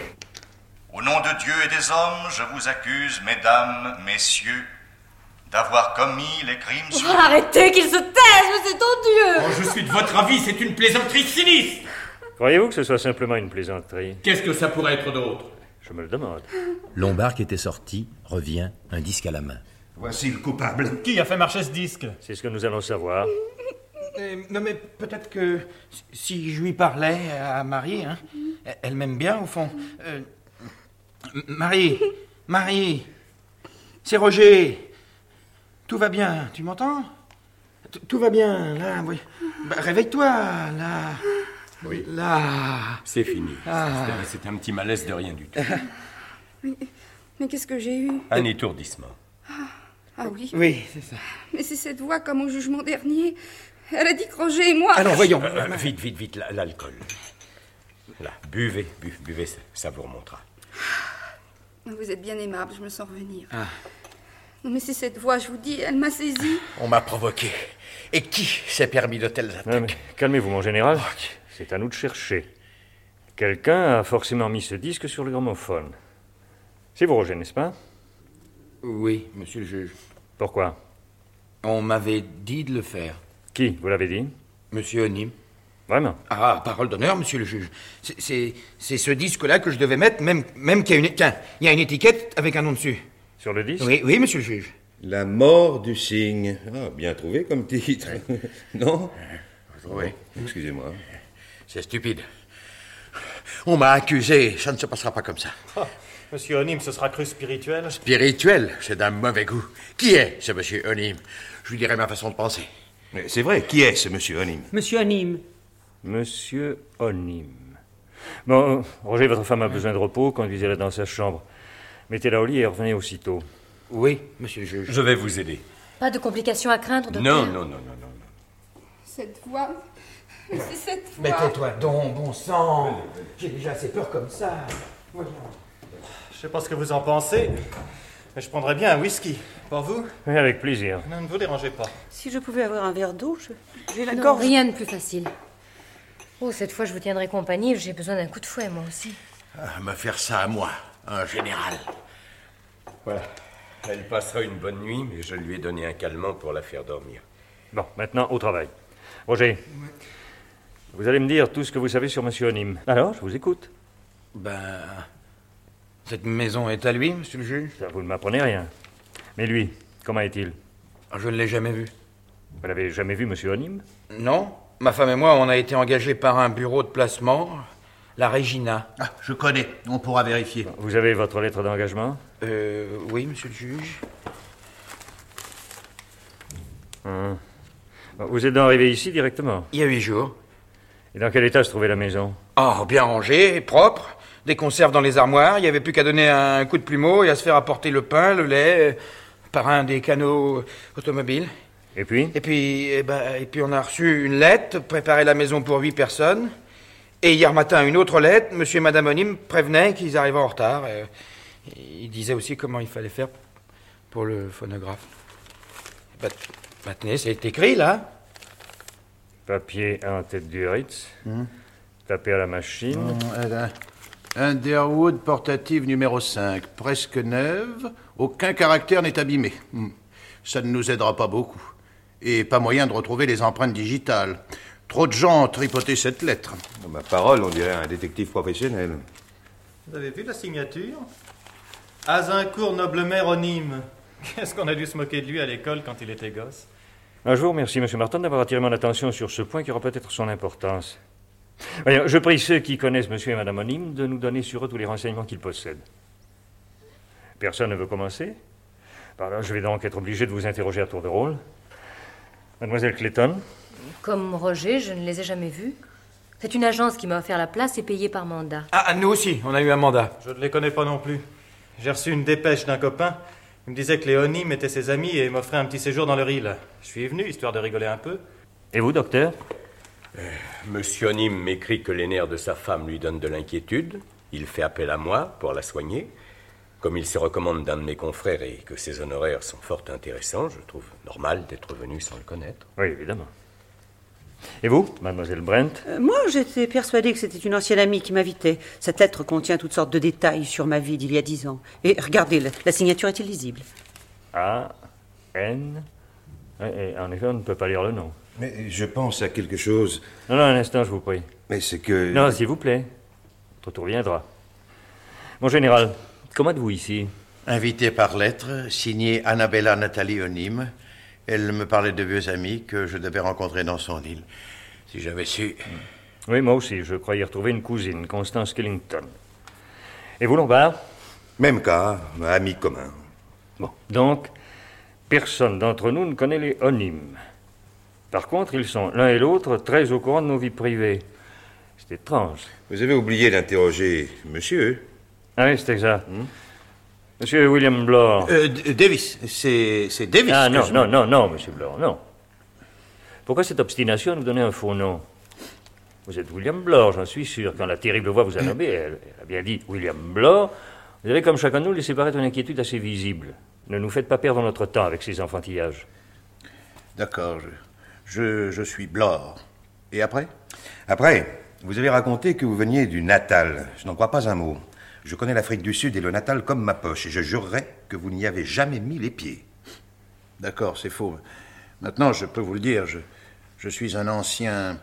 Speaker 17: Au nom de Dieu et des hommes, je vous accuse, mesdames, messieurs, d'avoir commis les crimes
Speaker 2: Oh,
Speaker 17: suivants.
Speaker 2: arrêtez qu'il se taise, mais c'est ton Dieu
Speaker 17: je suis
Speaker 15: de votre avis, c'est une plaisanterie sinistre
Speaker 14: Croyez-vous que ce soit simplement une plaisanterie
Speaker 15: Qu'est-ce que ça pourrait être d'autre
Speaker 14: Je me le demande.
Speaker 6: Lombard qui était sorti revient, un disque à la main.
Speaker 1: Voici le coupable.
Speaker 10: Qui a fait marcher ce disque
Speaker 14: C'est ce que nous allons savoir.
Speaker 7: non, mais peut-être que si- si je lui parlais à Marie, hein, elle- elle m'aime bien au fond. Euh, M- Marie, Marie, c'est Roger. Tout va bien, tu m'entends T- Tout va bien, là, oui. Bah, Réveille-toi, là.
Speaker 15: Oui.
Speaker 7: Là.
Speaker 15: C'est fini.
Speaker 7: Ah.
Speaker 15: C'est c'est un petit malaise de rien du tout.
Speaker 8: Mais, mais qu'est-ce que j'ai eu
Speaker 15: Un étourdissement.
Speaker 8: Ah oui
Speaker 15: c'est ça.
Speaker 8: Mais c'est cette voix comme au jugement dernier. Elle a dit que Roger et moi.
Speaker 10: Ah
Speaker 15: Euh, euh, vite, vite, vite, la- l'alcool. Là, buvez, bu- buvez, ça, ça vous remontera.
Speaker 8: Vous êtes bien aimable, je me sens revenir.
Speaker 15: Ah.
Speaker 8: Non, mais c'est cette voix, je vous dis, elle m'a saisie.
Speaker 14: On m'a provoqué. Et qui s'est permis de telles attaques Oh, Calmez-vous, mon général. C'est à nous de chercher. Quelqu'un a forcément mis ce disque sur le gramophone. C'est vous, Roger, n'est-ce pas
Speaker 9: Oui, monsieur le juge.
Speaker 14: Pourquoi
Speaker 9: On m'avait dit de le faire.
Speaker 14: Qui Vous l'avez dit
Speaker 9: Monsieur Onim.
Speaker 14: Vraiment
Speaker 9: Ah, parole d'honneur, monsieur le juge. C'est- C'est c'est ce disque-là que je devais mettre, même, même qu'il y a une... Tiens, il y a une étiquette avec un nom dessus.
Speaker 14: Sur le disque
Speaker 9: Oui, oui, monsieur le juge.
Speaker 1: La mort du cygne. Ah, bien trouvé comme titre. non
Speaker 12: Oui.
Speaker 1: Excusez-moi.
Speaker 12: C'est stupide. On m'a accusé, ça ne se passera pas comme ça.
Speaker 10: Oh, Monsieur Onim, ce sera cru spirituel
Speaker 12: Spirituel, c'est d'un mauvais goût. Qui est ce monsieur Onim Je lui dirai ma façon de penser.
Speaker 1: Mais c'est vrai, qui est ce monsieur Onim
Speaker 13: Monsieur Anime.
Speaker 14: Monsieur Onim. Bon, euh, Roger, votre femme a besoin de repos. Conduisez-la dans sa chambre. Mettez-la au lit et revenez aussitôt.
Speaker 9: Oui, monsieur le juge.
Speaker 15: Je vais vous aider.
Speaker 2: Pas de complications à craindre, docteur
Speaker 14: Non, non, non, non.
Speaker 8: Cette voix. C'est cette voix.
Speaker 9: Mais tais-toi donc, bon sang J'ai déjà assez peur comme ça. Voyons.
Speaker 10: Je sais pas ce que vous en pensez, mais je prendrais bien un whisky. Pour vous
Speaker 14: Oui, avec plaisir.
Speaker 10: Non, ne vous dérangez pas.
Speaker 13: Si je pouvais avoir un verre d'eau, je... j'ai la
Speaker 2: Non,
Speaker 13: gorge.
Speaker 2: rien de plus facile. Oh, cette fois, je vous tiendrai compagnie. J'ai besoin d'un coup de fouet, moi aussi.
Speaker 12: Ah, me faire ça à moi, un général.
Speaker 15: Voilà. Elle passera une bonne nuit, mais je lui ai donné un calmant pour la faire dormir.
Speaker 14: Bon, maintenant, au travail. Roger, vous allez me dire tout ce que vous savez sur Monsieur Onim. Alors, je vous écoute.
Speaker 9: Ben... Cette maison est à lui, monsieur le juge
Speaker 14: Vous ne m'apprenez rien. Mais lui, comment est-il
Speaker 9: Ah, Je ne l'ai jamais vu.
Speaker 14: Vous l'avez jamais vu, monsieur Onim
Speaker 9: Non. Ma femme et moi, on a été engagés par un bureau de placement, la Regina.
Speaker 12: je connais. On pourra vérifier.
Speaker 14: Vous avez votre lettre d'engagement
Speaker 9: Euh, oui, monsieur le juge.
Speaker 14: Hein. Bon, Vous êtes donc arrivé ici directement
Speaker 9: Il y a huit jours.
Speaker 14: Et dans quel état se trouvait la maison
Speaker 9: Ah, bien rangé, propre, des conserves dans les armoires, il n'y avait plus qu'à donner un coup de plumeau et à se faire apporter le pain, le lait, euh, par un des canaux automobiles.
Speaker 14: Et puis
Speaker 9: Et puis, eh ben, et puis on a reçu une lettre, préparer la maison pour huit personnes. Et hier matin, une autre lettre, monsieur et madame Onim prévenaient qu'ils arrivaient en retard. euh, ils disaient aussi comment il fallait faire pour le phonographe. Bah, bah, tenez, c'est écrit, là.
Speaker 14: Papier en tête du Ritz, tapé à la machine.
Speaker 11: Euh, Underwood portative numéro 5, presque neuve, aucun caractère n'est abîmé. Hmm. Ça ne nous aidera pas beaucoup. Et pas moyen de retrouver les empreintes digitales. Trop de gens ont tripoté cette lettre.
Speaker 1: Ma parole, on dirait un détective professionnel.
Speaker 10: Vous avez vu la signature Azincourt Noblemer Onim. Qu'est-ce qu'on a dû se moquer de lui à l'école quand il était gosse
Speaker 14: Un jour, merci, monsieur Martin, d'avoir attiré mon attention sur ce point qui aura peut-être son importance. Voyons, je prie ceux qui connaissent monsieur et madame Onim de nous donner sur eux tous les renseignements qu'ils possèdent. Personne ne veut commencer Par là, je vais donc être obligé de vous interroger à tour de rôle. Mademoiselle Clayton,
Speaker 2: Comme Roger, je ne les ai jamais vus. C'est une agence qui m'a offert la place et payée par mandat.
Speaker 9: Ah, nous aussi, on a eu un mandat.
Speaker 10: Je ne les connais pas non plus. J'ai reçu une dépêche d'un copain. Il me disait que les Onim étaient ses amis et m'offrait un petit séjour dans leur île. Je suis venu, histoire de rigoler un peu.
Speaker 14: Et vous, docteur
Speaker 15: Monsieur Nîmes m'écrit que les nerfs de sa femme lui donnent de l'inquiétude. Il fait appel à moi pour la soigner. Comme il se recommande d'un de mes confrères et que ses honoraires sont fort intéressants, je trouve normal d'être venu sans le connaître.
Speaker 14: Oui, évidemment. Et vous, mademoiselle Brent
Speaker 13: Euh, Moi, j'étais persuadée que c'était une ancienne amie qui m'invitait. Cette lettre contient toutes sortes de détails sur ma vie d'il y a dix ans. Et regardez, la, la signature est illisible.
Speaker 14: A, N. Eh, eh, En effet, on ne peut pas lire le nom.
Speaker 1: Mais je pense à quelque chose.
Speaker 14: Non, non, un instant, je vous prie.
Speaker 1: Mais c'est que.
Speaker 14: Non, s'il vous plaît. Votre tour viendra. Mon général, comment êtes-vous ici
Speaker 12: Invité par lettre, signée Annabella Nathalie Onime. Elle me parlait de vieux amis que je devais rencontrer dans son île. Si j'avais su.
Speaker 14: Oui, moi aussi, je croyais retrouver une cousine, Constance Killington. Et vous, Lombard
Speaker 1: Même cas, ami commun.
Speaker 14: Bon, donc, personne d'entre nous ne connaît les onymes. Par contre, ils sont l'un et l'autre très au courant de nos vies privées. C'est étrange.
Speaker 1: Vous avez oublié d'interroger monsieur. Hmm?
Speaker 14: Ah oui, c'est exact. Monsieur William Blore.
Speaker 11: Euh, D- Davis, c'est c'est Davis.
Speaker 14: Ah
Speaker 11: que
Speaker 14: non,
Speaker 11: je-
Speaker 14: non, non, non, monsieur Blore, non. Pourquoi cette obstination à nous donner un faux nom Vous êtes William Blore, j'en suis sûr. Quand la terrible voix vous a nommé, elle, elle a bien dit William Blore. Vous avez, comme chacun de nous, laissé paraître une inquiétude assez visible. Ne nous faites pas perdre notre temps avec ces enfantillages.
Speaker 11: D'accord, je, je, je suis Blore. Et après
Speaker 1: Après, vous avez raconté que vous veniez du Natal. Je n'en crois pas un mot. Je connais l'Afrique du Sud et le Natal comme ma poche, et je jurerais que vous n'y avez jamais mis les pieds.
Speaker 11: D'accord, c'est faux. Maintenant, je peux vous le dire, je, je suis un ancien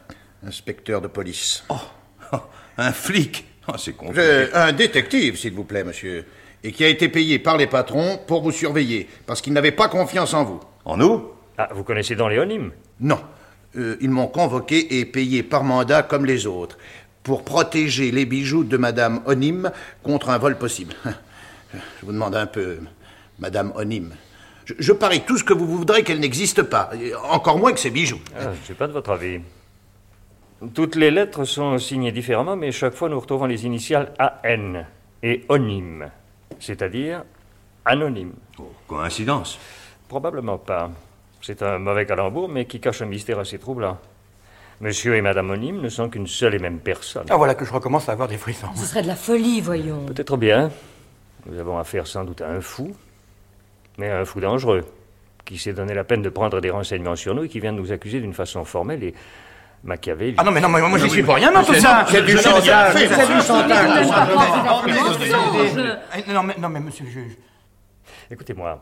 Speaker 11: inspecteur de police. Oh, un flic Oh,
Speaker 1: C'est con.
Speaker 11: Un détective, s'il vous plaît, monsieur. Et qui a été payé par les patrons pour vous surveiller, parce qu'ils n'avaient pas confiance en vous.
Speaker 1: En nous
Speaker 14: Ah, vous connaissez dans l'éonyme
Speaker 11: Non. Euh, ils m'ont convoqué et payé par mandat comme les autres, pour protéger les bijoux de Madame Onim contre un vol possible. Je vous demande un peu, Madame Onim. Je, je parie tout ce que vous voudrez qu'elle n'existe pas, et encore moins que ces bijoux.
Speaker 14: Ah, je ne suis pas de votre avis. Toutes les lettres sont signées différemment, mais chaque fois nous retrouvons les initiales AN et onyme, c'est-à-dire anonyme.
Speaker 1: coïncidence
Speaker 14: Probablement pas. C'est un mauvais calembour, mais qui cache un mystère assez troublant. Monsieur et Madame Onyme ne sont qu'une seule et même personne.
Speaker 9: Ah, voilà que je recommence à avoir des frissons.
Speaker 2: Ce serait de la folie, voyons.
Speaker 14: Euh, Peut-être bien. Nous avons affaire sans doute à un fou, mais à un fou dangereux, qui s'est donné la peine de prendre des renseignements sur nous et qui vient de nous accuser d'une façon formelle et machiavélique.
Speaker 9: Ah non, mais non, mais moi, j'y suis pour rien dans tout
Speaker 14: C'est-
Speaker 9: ça.
Speaker 14: c'est du
Speaker 9: Je- je-
Speaker 14: chantage.
Speaker 9: c'est- c'est du chantage.
Speaker 14: Mais vous n'êtes pas
Speaker 9: Non, mais-
Speaker 14: forcément mensonge.
Speaker 9: Eh, Non, mais, non, mais monsieur le juge.
Speaker 14: Écoutez-moi,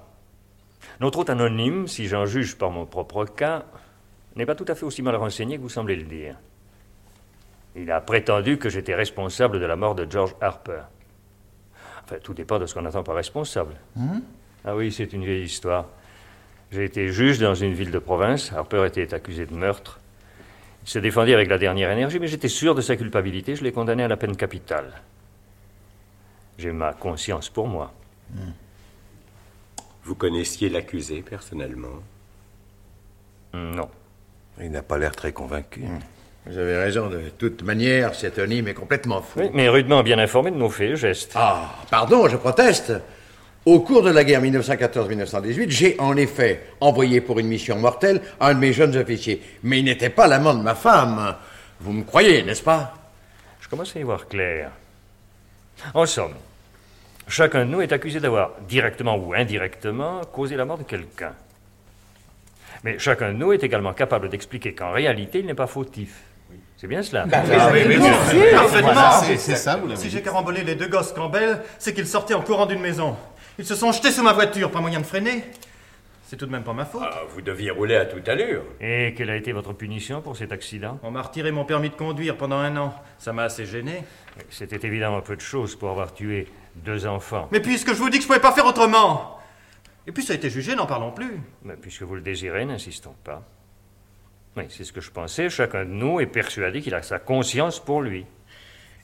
Speaker 14: notre hôte anonyme, si j'en juge par mon propre cas, n'est pas tout à fait aussi mal renseigné que vous semblez le dire. Il a prétendu que j'étais responsable de la mort de George Harper. Enfin, tout dépend de ce qu'on entend par responsable.
Speaker 4: Hmm.
Speaker 16: Hein
Speaker 14: Ah oui, c'est une vieille histoire. J'ai été juge dans une ville de province. Harper était accusé de meurtre. Il se défendit avec la dernière énergie, mais j'étais sûr de sa culpabilité. Je l'ai condamné à la peine capitale. J'ai ma conscience pour moi.
Speaker 15: Vous connaissiez l'accusé personnellement
Speaker 14: Non.
Speaker 1: Il n'a pas l'air très convaincu.
Speaker 12: Vous avez Hmm. raison, de toute manière, cet anonyme est complètement fou.
Speaker 14: Oui, mais rudement bien informé de nos faits et gestes.
Speaker 12: Ah, pardon, je proteste. Au cours de la guerre 1914-1918, j'ai en effet envoyé pour une mission mortelle un de mes jeunes officiers. Mais il n'était pas l'amant de ma femme. Vous me croyez, n'est-ce pas
Speaker 14: Je commence à y voir clair. En somme, chacun de nous est accusé d'avoir, directement ou indirectement, causé la mort de quelqu'un. Mais chacun de nous est également capable d'expliquer qu'en réalité, il n'est pas fautif. C'est bien cela
Speaker 10: Bah oui, Ah oui, oui, bien oui, sûr. oui. Parfaitement. C'est- c'est ça, vous l'avez
Speaker 14: Si
Speaker 10: dit.
Speaker 14: j'ai-
Speaker 10: J'ai carambolé les deux gosses Campbell, c'est qu'ils sortaient en courant d'une maison. Ils se sont jetés sous ma voiture, pas moyen de freiner. C'est tout de même pas ma faute.
Speaker 15: Ah, Vous deviez rouler à toute allure.
Speaker 14: Et quelle a été votre punition pour cet accident
Speaker 10: On m'a retiré mon permis de conduire pendant un an. Ça m'a assez gêné.
Speaker 14: C'était évidemment peu de choses pour avoir tué deux enfants.
Speaker 10: Mais puisque je vous dis que je pouvais pas faire autrement Et puis ça a été jugé, n'en parlons plus.
Speaker 14: Mais puisque vous le désirez, n'insistons pas. Oui, c'est ce que je pensais. Chacun de nous est persuadé qu'il a sa conscience pour lui.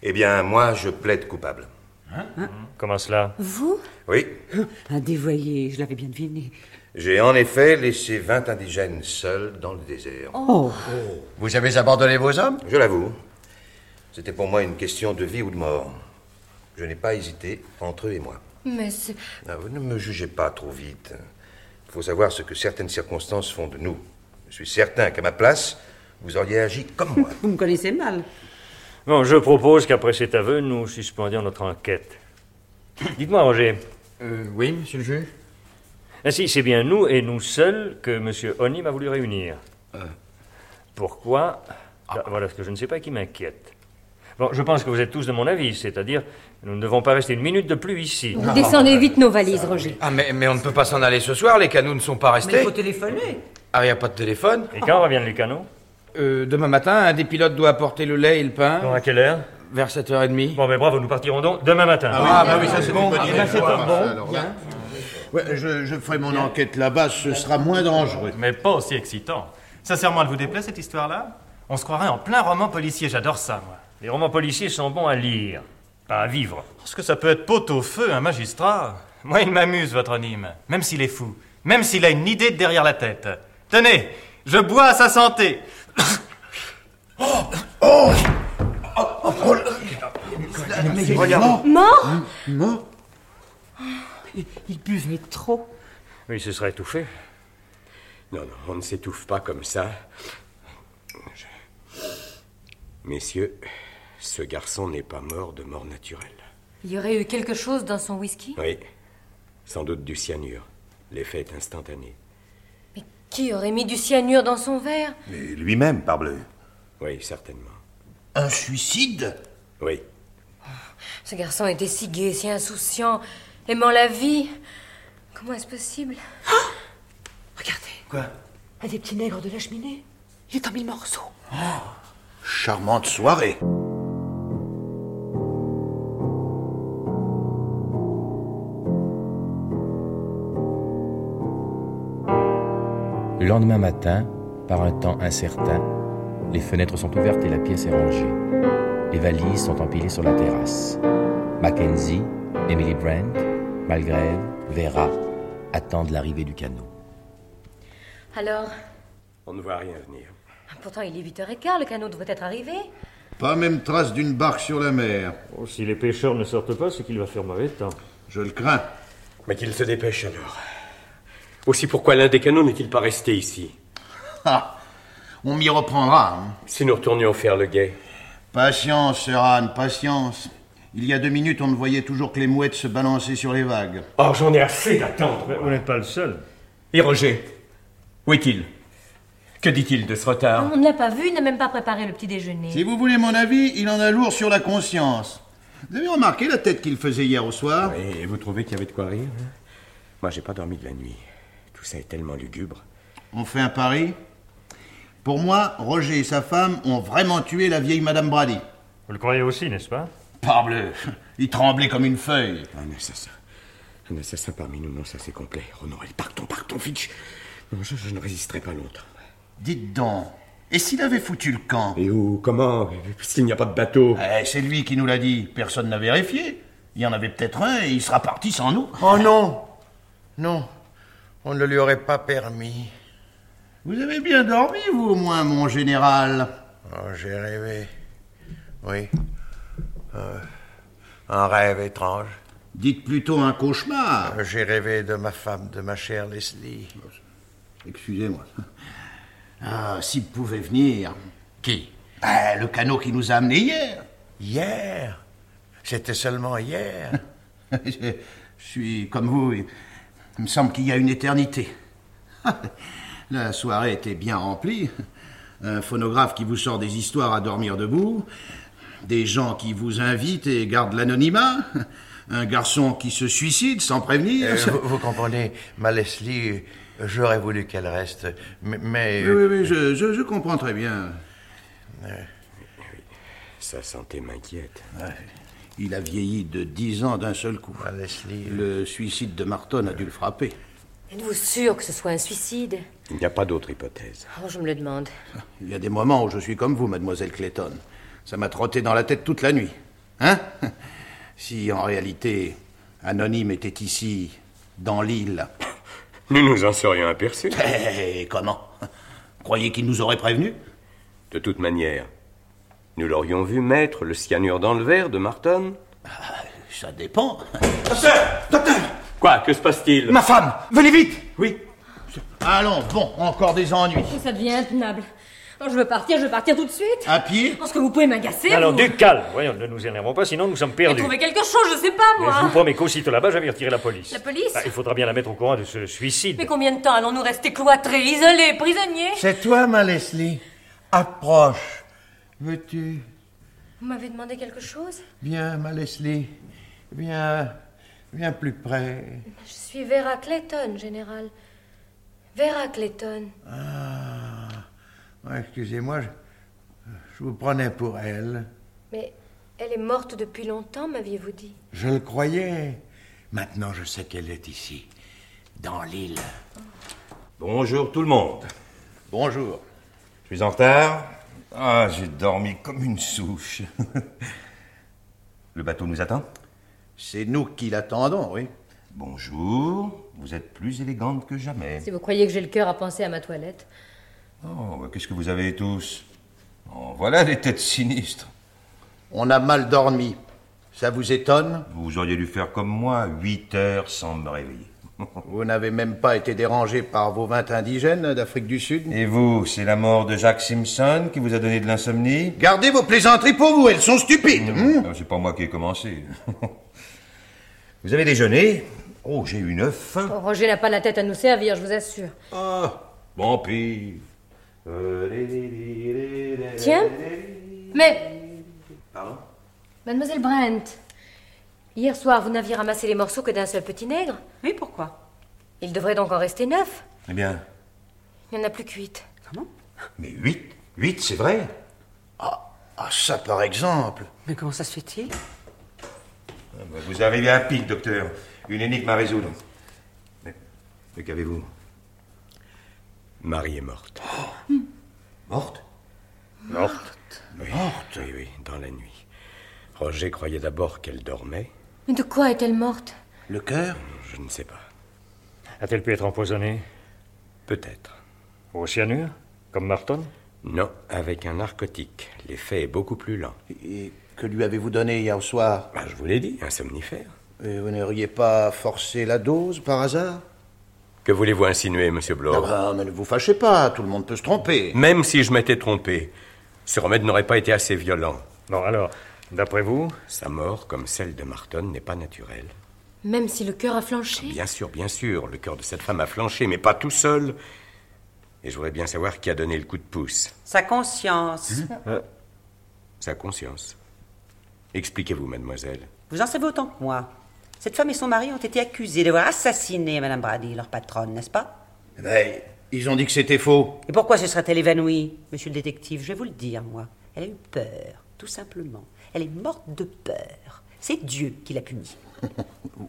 Speaker 1: Eh bien, moi, je plaide coupable.
Speaker 13: Hein
Speaker 14: Comment cela
Speaker 13: Vous
Speaker 1: Oui,
Speaker 13: Un Ah, dévoyé, je l'avais bien deviné.
Speaker 1: j'ai en effet laissé 20 indigènes seuls dans le désert.
Speaker 13: Oh.
Speaker 1: Vous avez abandonné vos hommes Je l'avoue. C'était pour moi une question de vie ou de mort. Je n'ai pas hésité entre eux et moi.
Speaker 2: Mais c'est.
Speaker 1: Ah, vous ne me jugez pas trop vite. Il faut savoir ce que certaines circonstances font de nous. Je suis certain qu'à ma place, Vous auriez agi comme moi.
Speaker 13: Vous me connaissez mal.
Speaker 14: Bon, je propose qu'après cet aveu, nous suspendions notre enquête. Dites-moi, Roger.
Speaker 7: Euh, oui, monsieur le juge
Speaker 14: Ainsi, c'est bien nous et nous seuls que monsieur Onim a voulu réunir.
Speaker 7: Euh.
Speaker 14: Pourquoi Ah, Voilà ce que je ne sais pas et qui m'inquiète. Bon, je pense que vous êtes tous de mon avis, c'est-à-dire, nous ne devons pas rester une minute de plus ici.
Speaker 2: Descendez vite nos valises, Roger.
Speaker 7: Ah, mais, mais on ne peut pas s'en aller ce soir, les canaux ne sont pas restés.
Speaker 13: téléphoner.
Speaker 7: Ah, il n'y a pas de téléphone.
Speaker 14: Et quand reviennent les canaux
Speaker 7: Demain matin, un des pilotes doit apporter le lait et le pain.
Speaker 14: à quelle heure
Speaker 7: Vers 7h30.
Speaker 14: Bon, ben bravo, nous partirons donc demain matin.
Speaker 11: Ah, bah oui, ça c'est une bonne idée.
Speaker 10: bon,
Speaker 11: Alors là, ouais, je, je ferai mon enquête là-bas, ce sera moins dangereux.
Speaker 10: Mais pas aussi excitant. Sincèrement, elle vous déplaît cette histoire-là On se croirait en plein roman policier, j'adore ça, moi.
Speaker 14: Les romans policiers sont bons à lire, pas à vivre.
Speaker 10: Parce que ça peut être pot au feu, un magistrat. Moi, il m'amuse, votre Nîmes, même s'il est fou, même s'il a une idée derrière la tête. Tenez, je bois à sa santé.
Speaker 11: Mais
Speaker 14: regarde.
Speaker 2: Mort
Speaker 13: Il buvait trop.
Speaker 14: Oui, ce serait étouffé.
Speaker 15: Non, non, on ne s'étouffe pas comme ça. Je- Messieurs, ce garçon n'est pas mort de mort naturelle.
Speaker 2: Il y aurait eu quelque chose dans son whisky
Speaker 15: Oui, sans doute du cyanure. L'effet est instantané.
Speaker 2: Qui aurait mis du cyanure dans son verre
Speaker 15: Mais lui-même, parbleu. Oui, certainement.
Speaker 11: Un suicide
Speaker 15: Oui.
Speaker 2: Ce garçon était si gai, si insouciant, aimant la vie. Comment est-ce possible
Speaker 13: Ah
Speaker 11: Quoi
Speaker 18: Un des petits nègres de la cheminée. Il est en mille morceaux.
Speaker 11: Charmante soirée.
Speaker 6: Le lendemain matin, par un temps incertain, les fenêtres sont ouvertes et la pièce est rangée. Les valises sont empilées sur la terrasse. Mackenzie, Emily Brent, Malgrave, Vera attendent l'arrivée du canot.
Speaker 2: Alors, ah,
Speaker 15: On ne voit rien venir.
Speaker 2: pourtant il est 8h15, le canot devrait être arrivé.
Speaker 11: Pas même trace d'une barque sur la mer.
Speaker 14: Oh, si les pêcheurs ne sortent pas, c'est qu'il va faire mauvais temps.
Speaker 11: Je le crains.
Speaker 15: Mais qu'il se dépêche alors. Aussi pourquoi l'un des canaux n'est-il pas resté ici
Speaker 11: Ah, on m'y reprendra. hein.
Speaker 15: Si nous retournions faire le guet.
Speaker 11: Patience, Serane, patience. Il y a deux minutes, on ne voyait toujours que les mouettes se balancer sur les vagues.
Speaker 15: Oh, j'en ai assez d'attendre.
Speaker 14: On n'est pas le seul.
Speaker 15: Et Roger Où est-il Que dit-il de ce retard
Speaker 2: On ne l'a pas vu, il n'a même pas préparé le petit déjeuner.
Speaker 11: Ah. Si vous voulez mon avis, il en a lourd sur la conscience. Vous avez remarqué la tête qu'il faisait hier au soir
Speaker 15: Et vous trouvez qu'il y avait de quoi rire hein Moi, j'ai pas dormi de la nuit. Tout ça est tellement lugubre.
Speaker 11: On fait un pari Pour moi, Roger et sa femme ont vraiment tué la vieille Madame Brady.
Speaker 14: Vous le croyez aussi, n'est-ce pas
Speaker 11: Parbleu, il tremblait comme une feuille.
Speaker 15: Un assassin. Un assassin parmi nous, non, ça c'est complet. Honoré, partons, partons, Fitch. Non, je, je ne résisterai pas longtemps.
Speaker 11: Dites donc, et s'il avait foutu le camp Eh,
Speaker 15: Et où Comment S'il n'y a pas de bateau
Speaker 11: C'est lui qui nous l'a dit, personne n'a vérifié. Il y en avait peut-être un et il sera parti sans nous.
Speaker 9: Oh non Non, on ne le lui aurait Eh, pas permis.
Speaker 11: Vous avez bien dormi, vous, au moins, mon général
Speaker 9: Oh, j'ai rêvé. Oui. Euh, un rêve étrange.
Speaker 11: Dites plutôt un cauchemar.
Speaker 12: Euh,
Speaker 9: J'ai rêvé de ma femme, de ma chère Leslie.
Speaker 11: Excusez-moi. Ah, s'il pouvait venir.
Speaker 9: Qui
Speaker 11: Ben, le canot qui nous a amenés hier.
Speaker 9: Hier C'était seulement hier.
Speaker 11: je, je suis comme vous, il il me semble qu'il y a une éternité. La soirée était bien remplie. Un phonographe qui vous sort des histoires à dormir debout. Des gens qui vous invitent et gardent l'anonymat. Un garçon qui se suicide sans prévenir.
Speaker 9: Euh, vous, vous comprenez, ma Leslie, euh, j'aurais voulu qu'elle reste, mais... mais,
Speaker 11: Oui, oui, oui, je, je- je comprends très bien.
Speaker 15: Sa santé m'inquiète.
Speaker 11: Il a vieilli de 10 ans d'un seul coup. Le suicide de Marton a dû le frapper.
Speaker 2: Êtes-vous sûr que ce soit un suicide
Speaker 15: Il n'y a pas d'autre hypothèse.
Speaker 2: Oh, je me le demande.
Speaker 11: Il y a des moments où je suis comme vous, mademoiselle Clayton. Ça m'a trotté dans la tête toute la nuit. Hein Si en réalité Anonyme était ici, dans l'île.
Speaker 15: Nous nous en serions aperçus.
Speaker 11: Eh, comment Croyez qu'il nous aurait prévenus
Speaker 15: De toute manière, nous l'aurions vu mettre le cyanure dans le verre de Marton. Ah,
Speaker 11: Ça dépend.
Speaker 15: Quoi Que se passe-t-il
Speaker 11: Ah, Ma femme
Speaker 9: Venez vite
Speaker 15: Oui.
Speaker 11: Allons, bon, encore des ennuis.
Speaker 2: Ça devient Oh, intenable. Quand je veux partir, je veux partir tout de suite.
Speaker 14: À pied
Speaker 2: Parce que vous pouvez m'agacer.
Speaker 14: Alors,
Speaker 2: vous.
Speaker 14: du calme. Voyons, ne nous énervons pas, sinon nous sommes
Speaker 2: Mais
Speaker 14: perdus.
Speaker 2: trouvez quelque chose, je sais pas,
Speaker 14: Mais
Speaker 2: moi.
Speaker 14: je vous promets qu'aussitôt là-bas, je vais retirer la police.
Speaker 2: La police
Speaker 14: Bah, il faudra bien la mettre au courant de ce suicide.
Speaker 2: Mais combien de temps allons-nous rester cloîtrés, isolés, prisonniers
Speaker 19: euh, C'est toi, ma Leslie. Approche. Veux-tu
Speaker 2: Vous m'avez demandé quelque chose
Speaker 19: Viens, ma Leslie. Viens. Viens plus près.
Speaker 2: Je suis Vera Clayton, général. Vera Clayton.
Speaker 19: Ah. Ouais, Excusez-moi, je, je vous prenais pour elle.
Speaker 2: Mais elle est morte depuis longtemps, m'aviez-vous dit
Speaker 19: Je le croyais. Maintenant, je sais qu'elle est ici, dans l'île.
Speaker 1: Bonjour tout le monde. Bonjour. Je suis en retard. Ah, j'ai dormi comme une souche. Le bateau nous attend C'est nous qui l'attendons, oui. Bonjour. Vous êtes plus élégante que jamais.
Speaker 2: Si vous croyez que j'ai le cœur à penser à ma toilette.
Speaker 1: Oh, bah, qu'est-ce que vous avez tous Oh, Voilà les têtes sinistres.
Speaker 11: On a mal dormi. Ça vous étonne
Speaker 1: Vous auriez dû faire comme moi, 8 heures sans me réveiller.
Speaker 11: Vous n'avez même pas été dérangé par vos vingt indigènes d'Afrique du Sud
Speaker 1: Et vous, c'est la mort de Jacques Simpson qui vous a donné de l'insomnie
Speaker 11: Gardez vos plaisanteries pour vous, elles sont stupides.
Speaker 1: Ah, C'est pas moi qui ai commencé. vous avez déjeuné Oh, j'ai eu une faim.
Speaker 2: Oh, Roger n'a pas la tête à nous servir, je vous assure.
Speaker 1: Ah, Bon euh, pire.
Speaker 2: Tiens Mais,
Speaker 1: Pardon
Speaker 2: mademoiselle Brent, hier soir, vous n'aviez ramassé les morceaux que d'un seul petit nègre Oui, pourquoi Il devrait donc en rester neuf.
Speaker 1: Eh bien,
Speaker 2: Il n'y en a plus que huit. Comment
Speaker 1: mais 8 8, c'est vrai
Speaker 11: Ah, ça par exemple.
Speaker 13: Mais comment ça se fait-il
Speaker 1: Ah, bah, Vous arrivez à pic, docteur. Une énigme à résoudre. Mais, mais qu'avez-vous
Speaker 15: Marie est morte.
Speaker 1: Morte
Speaker 15: Morte oui. Morte Oui, oui, dans la nuit. Roger croyait d'abord qu'elle dormait.
Speaker 2: Mais de quoi est-elle morte
Speaker 15: Le cœur Je ne sais pas.
Speaker 14: A-t-elle pu être empoisonnée
Speaker 15: Peut-être.
Speaker 14: Au cyanure Comme Martin
Speaker 15: Non, avec un narcotique. L'effet est beaucoup plus lent.
Speaker 11: Et que lui avez-vous donné hier au soir
Speaker 15: Je vous l'ai dit, un somnifère.
Speaker 11: Et vous n'auriez pas forcé la dose par hasard
Speaker 15: Que voulez-vous insinuer, monsieur Bloch
Speaker 11: Ah, mais ne vous fâchez pas, tout le monde peut se tromper.
Speaker 15: Même si je m'étais trompé, ce remède n'aurait pas été assez violent.
Speaker 14: Non, alors, d'après vous
Speaker 15: Sa mort, comme celle de Marton, n'est pas naturelle.
Speaker 2: Même si le cœur a flanché
Speaker 15: Bien sûr, bien sûr, le cœur de cette femme a flanché, mais pas tout seul. Et je voudrais bien savoir qui a donné le coup de pouce.
Speaker 13: Sa conscience.
Speaker 15: Mmh. Euh, Sa conscience. Expliquez-vous, mademoiselle.
Speaker 13: Vous en savez autant que moi. Cette femme et son mari ont été accusés d'avoir assassiné Madame Brady, leur patronne, n'est-ce pas
Speaker 11: Ben, ils ont dit que c'était faux.
Speaker 13: Et pourquoi se serait-elle évanouie, monsieur le détective Je vais vous le dire, moi. Elle a eu peur, tout simplement. Elle est morte de peur. C'est Dieu qui l'a punie.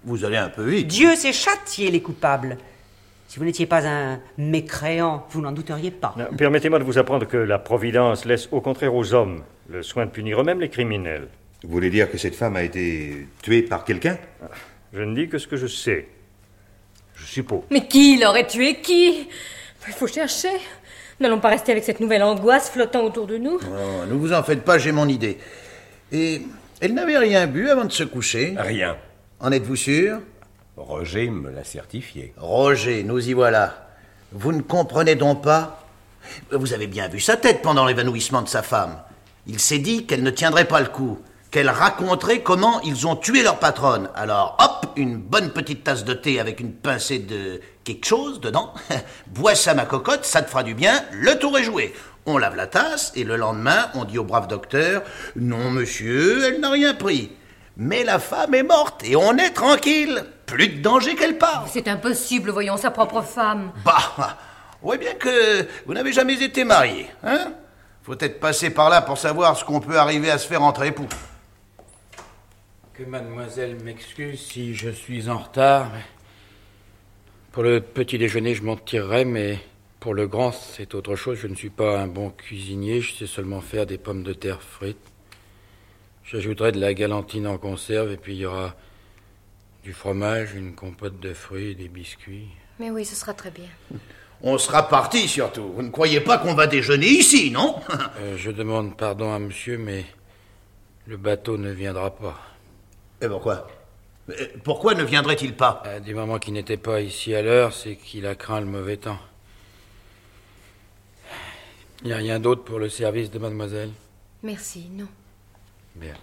Speaker 11: Vous allez un peu vite.
Speaker 13: Dieu s'est châtié les coupables. Si vous n'étiez pas un mécréant, vous n'en douteriez pas.
Speaker 14: Non, Permettez-moi de vous apprendre que la Providence laisse au contraire aux hommes le soin de punir eux-mêmes les criminels.
Speaker 1: Vous voulez dire que cette femme a été tuée par quelqu'un
Speaker 14: Ah, Je ne dis que ce que je sais. Je suppose.
Speaker 2: Mais qui l'aurait tué Qui Il faut chercher. N'allons pas rester avec cette nouvelle angoisse flottant autour de nous.
Speaker 11: Non, Oh, ne vous en faites pas, j'ai mon idée. Et elle n'avait rien bu avant de se coucher
Speaker 15: Rien.
Speaker 11: En êtes-vous sûr
Speaker 15: Roger me l'a certifié.
Speaker 11: Roger, nous y voilà. Vous ne comprenez donc pas Vous avez bien vu sa tête pendant l'évanouissement de sa femme. Il s'est dit qu'elle ne tiendrait pas le coup, qu'elle raconterait comment ils ont tué leur patronne. Alors, hop, une bonne petite tasse de thé avec une pincée de quelque chose dedans. Bois ça, ma cocotte, ça te fera du bien, le tour est joué. On lave la tasse et le lendemain, on dit au brave docteur Non, monsieur, elle n'a rien pris. Mais la femme est morte et on est tranquille. Plus de danger qu'elle part.
Speaker 2: C'est impossible, voyons sa propre femme.
Speaker 11: Bah, on voit bien que vous n'avez jamais été marié, hein Faut être passé par là pour savoir ce qu'on peut arriver à se faire entre époux.
Speaker 9: Que mademoiselle m'excuse si je suis en retard. mais Pour le petit déjeuner, je m'en tirerai, mais pour le grand, c'est autre chose. Je ne suis pas un bon cuisinier, je sais seulement faire des pommes de terre frites. J'ajouterai de la galantine en conserve, et puis il y aura du fromage, une compote de fruits et des biscuits.
Speaker 2: Mais oui, ce sera très bien.
Speaker 11: On sera parti surtout. Vous ne croyez pas qu'on va déjeuner ici, non
Speaker 9: Euh, je demande pardon à monsieur, mais le bateau ne viendra pas.
Speaker 11: Et pourquoi Euh, Pourquoi ne viendrait-il pas
Speaker 9: Euh, Du moment qu'il n'était pas ici à l'heure, c'est qu'il a craint le mauvais temps. Il n'y a rien d'autre pour le service de mademoiselle
Speaker 2: Merci, non.
Speaker 9: Bien.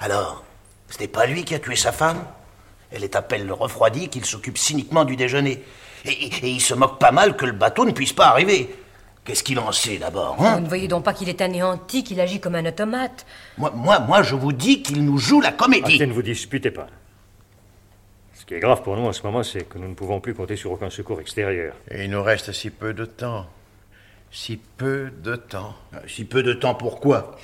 Speaker 20: Alors, ce n'est pas lui qui a tué sa femme Elle est à peine le refroidie qu'il s'occupe cyniquement du déjeuner. Et, et- et il se moque pas mal que le bateau ne puisse pas arriver. Qu'est-ce qu'il en sait d'abord hein
Speaker 2: Vous ne voyez donc pas qu'il est anéanti, qu'il agit comme un automate.
Speaker 20: moi, moi, Ah, moi, je vous dis qu'il nous joue la comédie.
Speaker 14: Arthène, ne vous disputez pas. Ce qui est grave pour nous en ce moment, c'est que nous ne pouvons plus compter sur aucun secours extérieur.
Speaker 12: Et il nous reste si peu de temps. Si peu de temps.
Speaker 11: Euh,
Speaker 20: Si peu de temps, pourquoi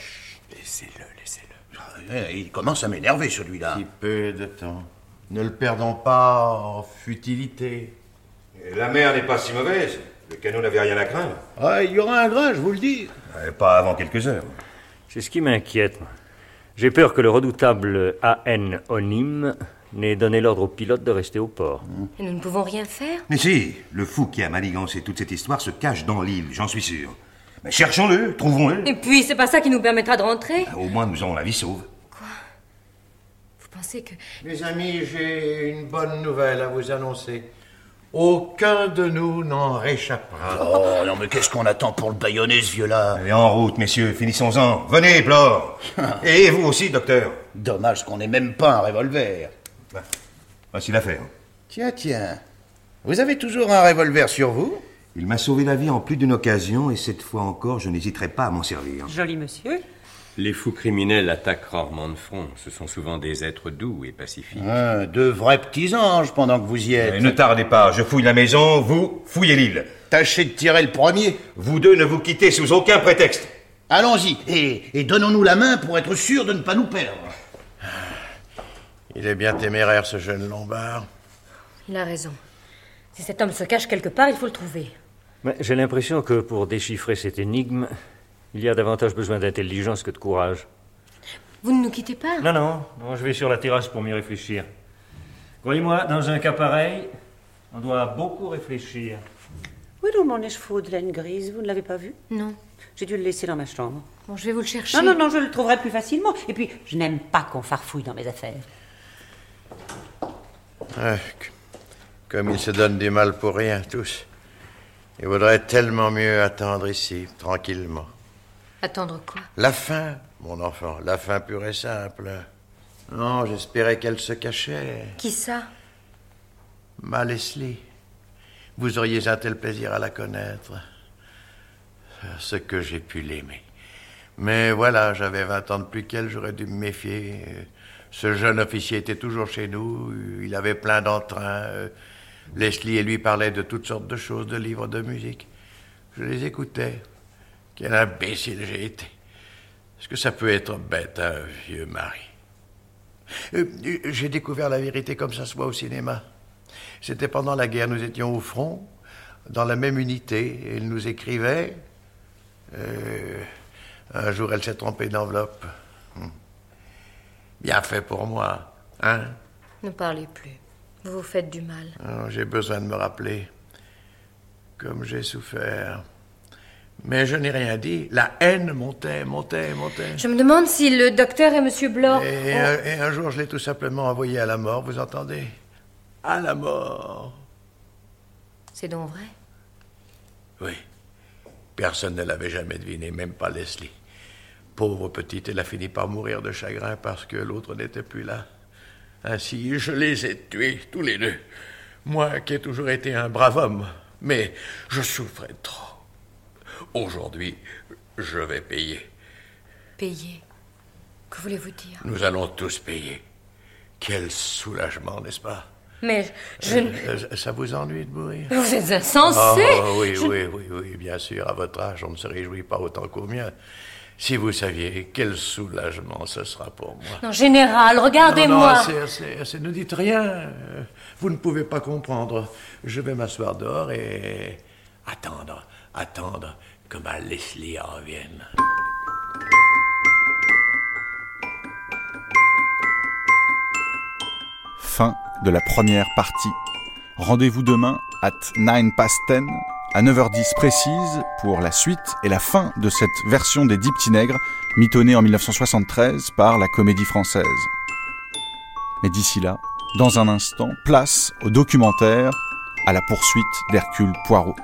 Speaker 12: Laissez-le, laissez-le.
Speaker 11: Ah,
Speaker 20: Eh, Il commence à m'énerver, celui-là.
Speaker 12: Si peu de temps. Ne le perdons pas en futilité.
Speaker 1: Et la mer n'est pas si mauvaise. Le canot n'avait rien à craindre.
Speaker 11: Ah, il y aura un grain, je vous le dis.
Speaker 1: Euh, pas avant quelques heures.
Speaker 14: C'est ce qui m'inquiète. J'ai peur que le redoutable AN Onim n'ait donné l'ordre au pilote de rester au port.
Speaker 1: Mmh.
Speaker 2: Et nous ne pouvons rien faire.
Speaker 1: Mais si, le fou qui a manigancé toute cette histoire se cache dans l'île, j'en suis sûr. Mais cherchons-le, trouvons-le.
Speaker 2: Et puis, c'est pas ça qui nous permettra de
Speaker 12: Ah
Speaker 2: rentrer.
Speaker 1: Au moins, nous aurons la vie sauve.
Speaker 2: Vous pensez que.
Speaker 12: Mes amis, j'ai une bonne nouvelle à vous annoncer. Aucun de nous n'en réchappera.
Speaker 20: Oh, non, mais qu'est-ce qu'on attend pour le baïonner, ce vieux-là
Speaker 1: Allez, en route, messieurs, finissons-en. Venez, Blore. Et vous aussi, docteur.
Speaker 20: Dommage qu'on n'ait même pas un revolver.
Speaker 1: Voici l'affaire.
Speaker 11: Tiens, tiens. Vous avez toujours un revolver sur vous
Speaker 1: Il m'a sauvé la vie en plus d'une occasion, et cette fois encore, je n'hésiterai pas à m'en servir.
Speaker 3: Joli monsieur.
Speaker 15: Les fous criminels attaquent rarement de front. Ce sont souvent des êtres doux et pacifiques.
Speaker 11: Hein, Deux vrais petits anges pendant que vous y êtes.
Speaker 1: Et ne tardez pas, je fouille la maison, vous fouillez l'île.
Speaker 11: Tâchez de tirer le premier.
Speaker 1: Vous deux ne vous quittez sous aucun prétexte.
Speaker 11: Allons-y, et, et donnons-nous la main pour être sûrs de ne pas nous perdre.
Speaker 12: Il est bien téméraire, ce jeune Lombard.
Speaker 2: Il a raison. Si cet homme se cache quelque part, il faut le trouver.
Speaker 14: Mais j'ai l'impression que pour déchiffrer cette énigme, il y a davantage besoin d'intelligence que de courage.
Speaker 2: Vous ne nous quittez pas
Speaker 14: Non, non, non, je vais sur la terrasse pour m'y réfléchir. Croyez-moi, dans un cas pareil, on doit beaucoup réfléchir.
Speaker 13: Oui, non, mon écheveau de laine grise, vous ne l'avez pas vu
Speaker 2: Non.
Speaker 13: J'ai dû le laisser dans ma chambre.
Speaker 2: Bon, je vais vous le chercher.
Speaker 13: Non, non, non, je le trouverai plus facilement. Et puis, je n'aime pas qu'on farfouille dans mes affaires.
Speaker 12: Ah, c- comme ils se donnent du mal pour rien, tous. Il vaudrait tellement mieux attendre ici, tranquillement.
Speaker 2: Attendre quoi
Speaker 12: La fin, mon enfant, la fin pure et simple. Non, j'espérais qu'elle se cachait.
Speaker 2: Qui ça
Speaker 12: Ma Bah, Leslie, vous auriez un tel plaisir à la connaître. Ce que j'ai pu l'aimer. Mais voilà, j'avais 20 ans de plus qu'elle, j'aurais dû me méfier. Euh, Ce jeune officier était toujours chez nous, euh, il avait plein d'entrain. euh, Leslie et lui parlaient de toutes sortes de choses, de livres, de musique. Je les écoutais. Quel imbécile j'ai été. Est-ce que ça peut être bête, un vieux mari Euh, euh, J'ai découvert la vérité comme ça se voit au cinéma. C'était pendant la guerre, nous étions au front, dans la même unité, et elle nous écrivait. Euh, un jour, elle s'est trompée d'enveloppe. Hmm. Bien fait pour moi, hein
Speaker 2: Ne parlez plus. Vous vous faites du mal.
Speaker 12: Oh, J'ai besoin de me rappeler comme j'ai souffert. Mais je n'ai rien dit. La haine montait, montait, montait.
Speaker 2: Je me demande si le docteur et Monsieur Blore.
Speaker 12: Et,
Speaker 2: ont-
Speaker 12: un, et un jour, je l'ai tout simplement envoyé à la mort, vous entendez À la mort.
Speaker 2: C'est donc vrai.
Speaker 12: Oui. Personne ne l'avait jamais deviné, même pas Leslie. Pauvre petite, elle a fini par mourir de chagrin parce que l'autre n'était plus là. Ainsi, je les ai tués, tous les deux. Moi qui ai toujours été un brave homme, mais je souffrais trop. Aujourd'hui, je vais payer.
Speaker 2: Payer. Que voulez-vous dire
Speaker 12: Nous allons tous payer. Quel soulagement, n'est-ce pas
Speaker 2: Mais je. je ne-
Speaker 12: Euh, Ça vous ennuie de mourir
Speaker 2: Vous êtes insensé
Speaker 12: Oh, oui,
Speaker 2: Je-
Speaker 12: oui, oui, oui, bien sûr, à votre âge, on ne se réjouit pas autant qu'au mien. Si vous saviez quel soulagement ce sera pour moi.
Speaker 2: Non, général, regardez-moi.
Speaker 12: Non, non, c'est- c'est- c'est- ne dites rien. Euh, Vous ne pouvez pas comprendre. Je vais m'asseoir dehors et attendre, attendre que ma Leslie en revienne.
Speaker 4: Fin de la première partie. Rendez-vous demain at 9 past 10 à 9h10 précise pour la suite et la fin de cette version des Dix Petits Nègres mitonnée en 1973 par la Comédie Française. Mais d'ici là, dans un instant, place au documentaire à la poursuite d'Hercule Poirot.